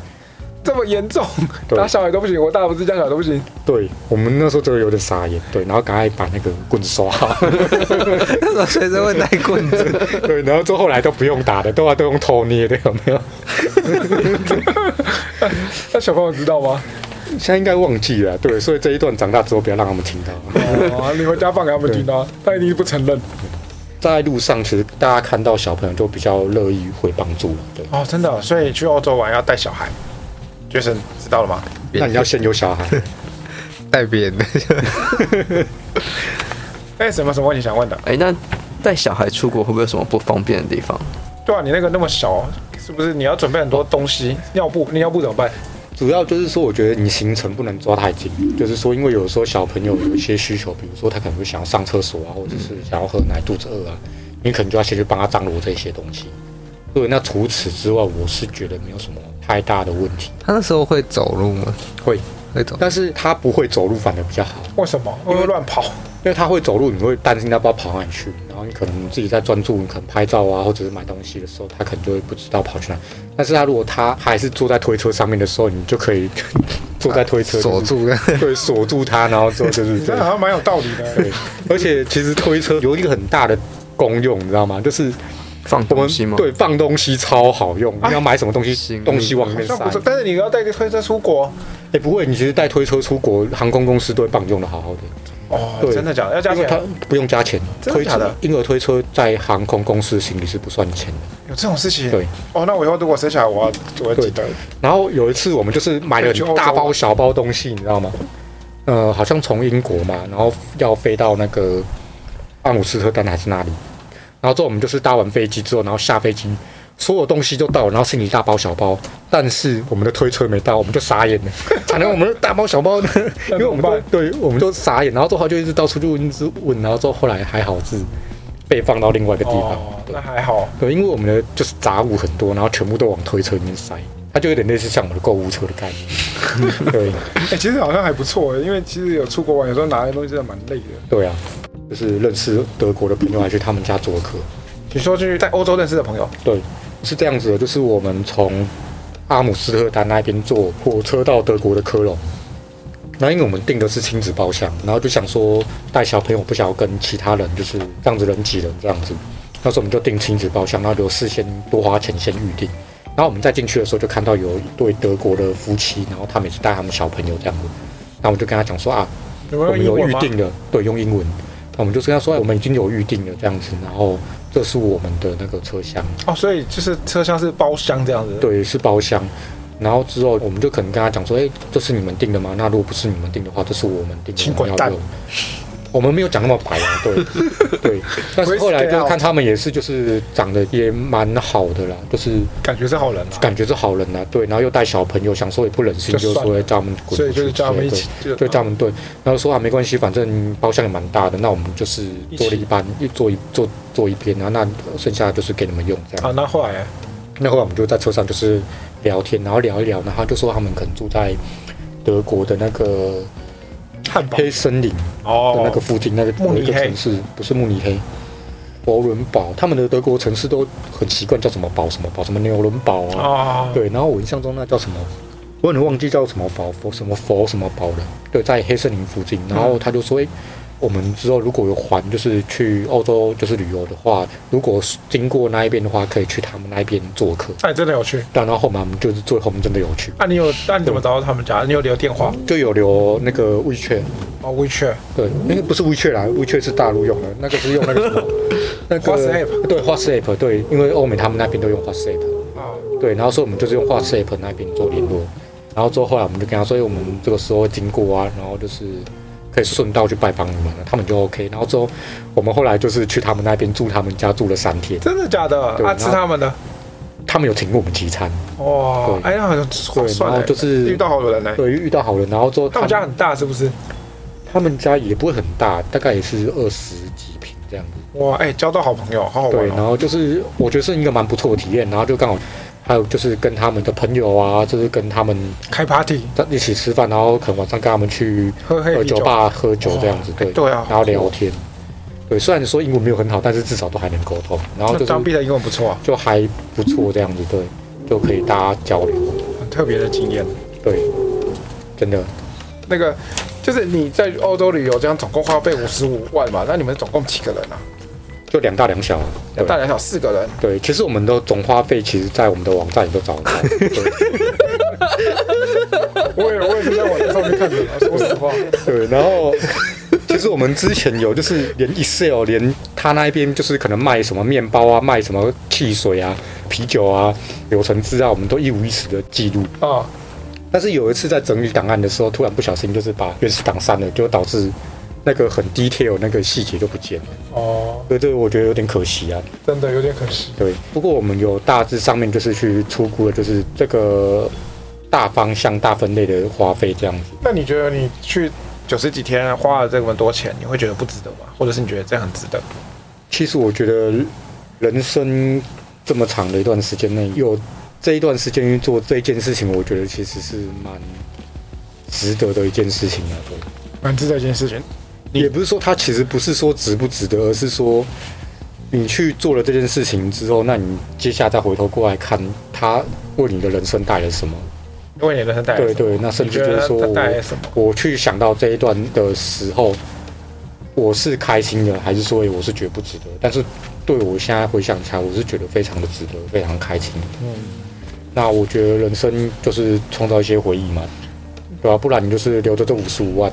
这么严 (laughs) 重，
对
打小孩都不行，我大不是家小孩都不行。
对，我们那时候真的有点傻眼，对，然后赶快把那个棍子收好，
(laughs)
那时候学生会带棍子，
对，然后之后后来都不用打的，都都用偷捏的，有没
(laughs)
有？
那小朋友知道 (laughs) 吗？
现在应该忘记了，对，所以这一段长大之后不要让他们听到。
哦，你回家放给他们听啊，他一定不承认。
在路上，其实大家看到小朋友就比较乐意会帮助了，对。
哦，真的，所以去欧洲玩要带小孩。杰森知道了吗？
那你要先有小孩，
带别人的，
哎、什么什么问题想问的？
(laughs) 哎，那带小孩出国会不会有什么不方便的地方？
对啊，你那个那么小，是不是你要准备很多东西？尿布，你尿布怎么办？
主要就是说，我觉得你行程不能抓太紧，就是说，因为有时候小朋友有一些需求，比如说他可能会想要上厕所啊，或者是想要喝奶、肚子饿啊，你可能就要先去帮他张罗这些东西。对，那除此之外，我是觉得没有什么太大的问题，
他那时候会走路吗？
会，
会走，
但是他不会走路反而比较好，
为什么？因为乱 (laughs) 跑。
因为他会走路，你会担心他不知道跑哪里去，然后你可能自己在专注，你可能拍照啊，或者是买东西的时候，他可能就会不知道跑去哪。但是他如果他还是坐在推车上面的时候，你就可以 (laughs) 坐在推车
锁
就是
住的。
(laughs) 对，锁住他，然后之后就是
你真 (laughs) 的好像蛮有道理的。
对，而且其实推车有一个很大的功用，你知道吗？就是
放
我
东
们
西吗？
对放东西超好用，你要买什么东西，
行
东西往里
啊好
面
像
塞
不。错，但是你要带一个推车出国
哎，不会，你其实带推车出国，航空公司都会帮你用的好好的，
哦，
对
真的假的？要加
因为
钱
它？不用加钱。
真的
推
假的
车婴儿推车在航空公司行李是不算钱的。
有这种事情？
对。
哦，那我以后如果生小孩，我要我要记得。
然后有一次我们就是买
对
了
去欧
很大
洲
包小包东西，你知道吗？呃，好像从英国嘛，然后要飞到那个阿姆斯特丹还是哪里，然后之后我们就是搭完飞机之后，然后下飞机，所有东西都到了，然后行李大包小包，但是我们的推车没到，我们就傻
(laughs)
眼了，反正我们的大包小包呢，因为我们
那
都
怎
对，我们都傻眼，然后之后他就一直到处就一直问，然后之后后来还好是被放到另外一个地方，
哦，那还好。
对，因为我们的就是杂物很多，然后全部都往推车里面塞，它就有点类似像我们的购物车的概念。对，
哎，其实好像还不错，因为其实有出国玩，有时候拿的东西真的蛮累的。
对啊，就是认识德国的朋友，还去他们家做客。
你说去在欧洲认识的朋友，
对，是这样子的，就是我们从阿姆斯特丹那边坐火车到德国的科隆。那因为我们订的是亲子包厢，然后就想说带小朋友不想要跟其他人就是这样子人挤人这样子，那时候我们就订亲子包厢，然后就事先多花钱先预定。然后我们再进去的时候就看到有一对德国的夫妻，然后他们也是带他们小朋友这样子，那我就跟他讲说啊，
有
我
没
们
有
有
英文
预
吗？
定的，对，用英文。那我们就是跟他说，哎我们已经有预定了这样子，然后这是我们的那个车厢，
哦，所以就是车厢是包厢这样子。。
对，是包厢。然后之后我们就可能跟他讲说，哎、这是你们定的吗？那如果不是你们定的话，这是我们定的，
请
我们
滚
要
蛋
用。我们没有讲那么白啊，
(laughs)
对对。但是后来
Please
就
get out
看他们也是，就是长得也蛮好的啦，就是
感觉是好人啊，
感觉是好人啊，对。然后又带小朋友，想说也不忍心，
就
就是
算
说
了
哎叫他们滚出去
所以就
之类的，
是叫他们一
对
起，就
就叫他们对，然后说啊没关系，反正包厢也蛮大的，那我们就是
一起
坐了一班，一坐一坐坐一边，然后啊那剩下的就是给你们用这样。
啊。那后来
那后来我们就在车上就是聊天，然后聊一聊，然后他就说他们可能住在德国的那个
汉堡
黑森林的
哦，
那个附近，那个
慕
有
尼黑
一个城市，不是慕尼黑，伯伦堡，他们的德国城市都很奇怪，叫什么堡什么堡，什么纽伦堡啊，
哦，
对，然后我印象中那叫什么，我有点忘记叫什么堡佛什么佛什么堡了。对，在黑森林附近。然后他就说，诶，我们之后如果有环，就是去欧洲就是旅游的话，如果经过那一边的话，可以去他们那边做客。
那你哎真的有去？啊
但然后后面我们就是最后面真的有去，
那你有？那你怎么找到他们家？你有留电话？
就有留那个 WeChat，
哦，WeChat，
对，那个不是 WeChat 啦，WeChat 是大陆用的，那个是用那个什么，
(laughs)
那个
WhatsApp
对 WhatsApp，对，因为欧美他们那边都用 WhatsApp。
啊，
对，然后所以我们就是用 WhatsApp 那边做联络，然后之后后来我们就跟他说，哎我们这个时候会经过啊，然后就是可以顺道去拜访你们了，他们就 OK。然后之后我们后来就是去他们那边住他们家住了三天，
真的假的？
对
啊，
然后
吃他们的
他们有请我们聚餐，
哇，
对
哎，那好像划
对，然
算
后
欸
就是
遇到好人呢。
对遇到好人，然后之后
他们家很大是不是？
他们家也不会很大，大概也是二十几平这样子。
哇，哎，交到好朋友，好好
对，
玩
然
哦。
后就是我觉得是一个蛮不错的体验，然后就刚好还有就是跟他们的朋友啊，就是跟他们
开 party
在一起吃饭，然后可能晚上跟他们去
喝
呃
黑啤
酒
酒，
吧喝酒这样子，对，
对啊，
然后聊天。对，虽然说英文没有很好，但是至少都还能沟通，然后
那
就
当
是
兵的英文不错啊，
就还不错这样子，对，就可以大家交流，
很特别的经验。
对，真的。
那个就是你在欧洲旅游，这样总共花费五十五万嘛？那你们总共几个人啊？
就两大两小啊，对
大两小四个人，
对，其实我们的总花费，其实在我们的网站里都找得到。对
(laughs) 我也我也是在网站上面看的啦，说实话，
(laughs) 对，然后其实我们之前有就是连 Excel，连他那边就是可能卖什么面包啊，卖什么汽水啊、啤酒啊、流程资啊，我们都一五一十的记录。
啊、
但是有一次在整理档案的时候，突然不小心就是把原始档删了，就导致那个很 detail 那个细节就不见了。
(laughs) 哦，
所以这个我觉得有点可惜啊。
真的有点可惜。
对，不过我们有大致上面就是去出估了，就是这个大方向、大分类的花费这样子。
那你觉得你去九十几天花了这么多钱，你会觉得不值得吗？或者是你觉得这样很值得？
其实我觉得人生这么长的一段时间内，有这一段时间去做这一件事情，我觉得其实是蛮值得的一件事情啊。对。
蛮值得一件事情。
也不是说它其实不是说值不值得，而是说你去做了这件事情之后，那你接下来再回头过来看它为你的人生带来什么。
为你的人生带来什么
对对那甚至
你觉得
就是说
它带来什么？
我去想到这一段的时候，我是开心的，还是说诶我是觉得不值得？但是对我现在回想起来，我是觉得非常的值得，非常开心。
嗯，
那我觉得人生就是创造一些回忆嘛，对吧、不然你就是留着这五十五万，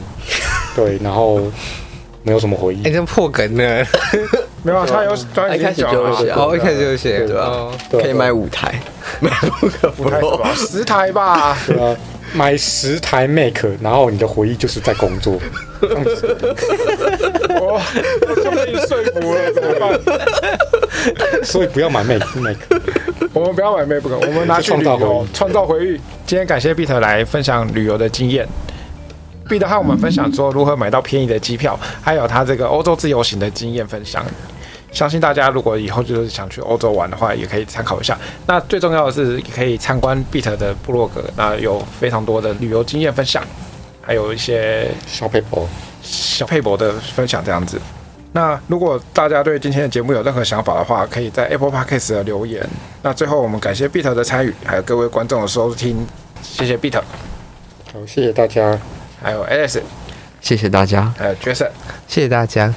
对，然后没有什么回忆
哎、。这破梗呢？
没有啊，他有专
一开始就有写啊
哦，一开始就写
对
吧
哦
对啊
可以买五台，买不可不
五台什么十台
(laughs)
吧？
对啊，买十台 Mac，然后你的回忆就是在工作，这样子
我我就被你说服了，怎么
(laughs)
办？
所以不要买 Mac Mac。
我们不要买 MacBook，我们拿去旅
创造回
游
忆，
创造回忆。今天感谢 Beat 来分享旅游的经验。Beat 和我们分享说如何买到便宜的机票，还有他这个欧洲自由行的经验分享。相信大家如果以后就是想去欧洲玩的话，也可以参考一下。那最重要的是，也可以参观 Beat 的部落格，那有非常多的旅游经验分享，还有一些
小 paper，
小佩博的分享这样子。那如果大家对今天的节目有任何想法的话，可以在 Apple Podcast 的留言。那最后我们感谢 Beat 的参与，还有各位观众的收听，谢谢 Beat，
好，谢谢大家。
还有 Alice，
谢谢大家。
还有 Jason。
谢谢大家。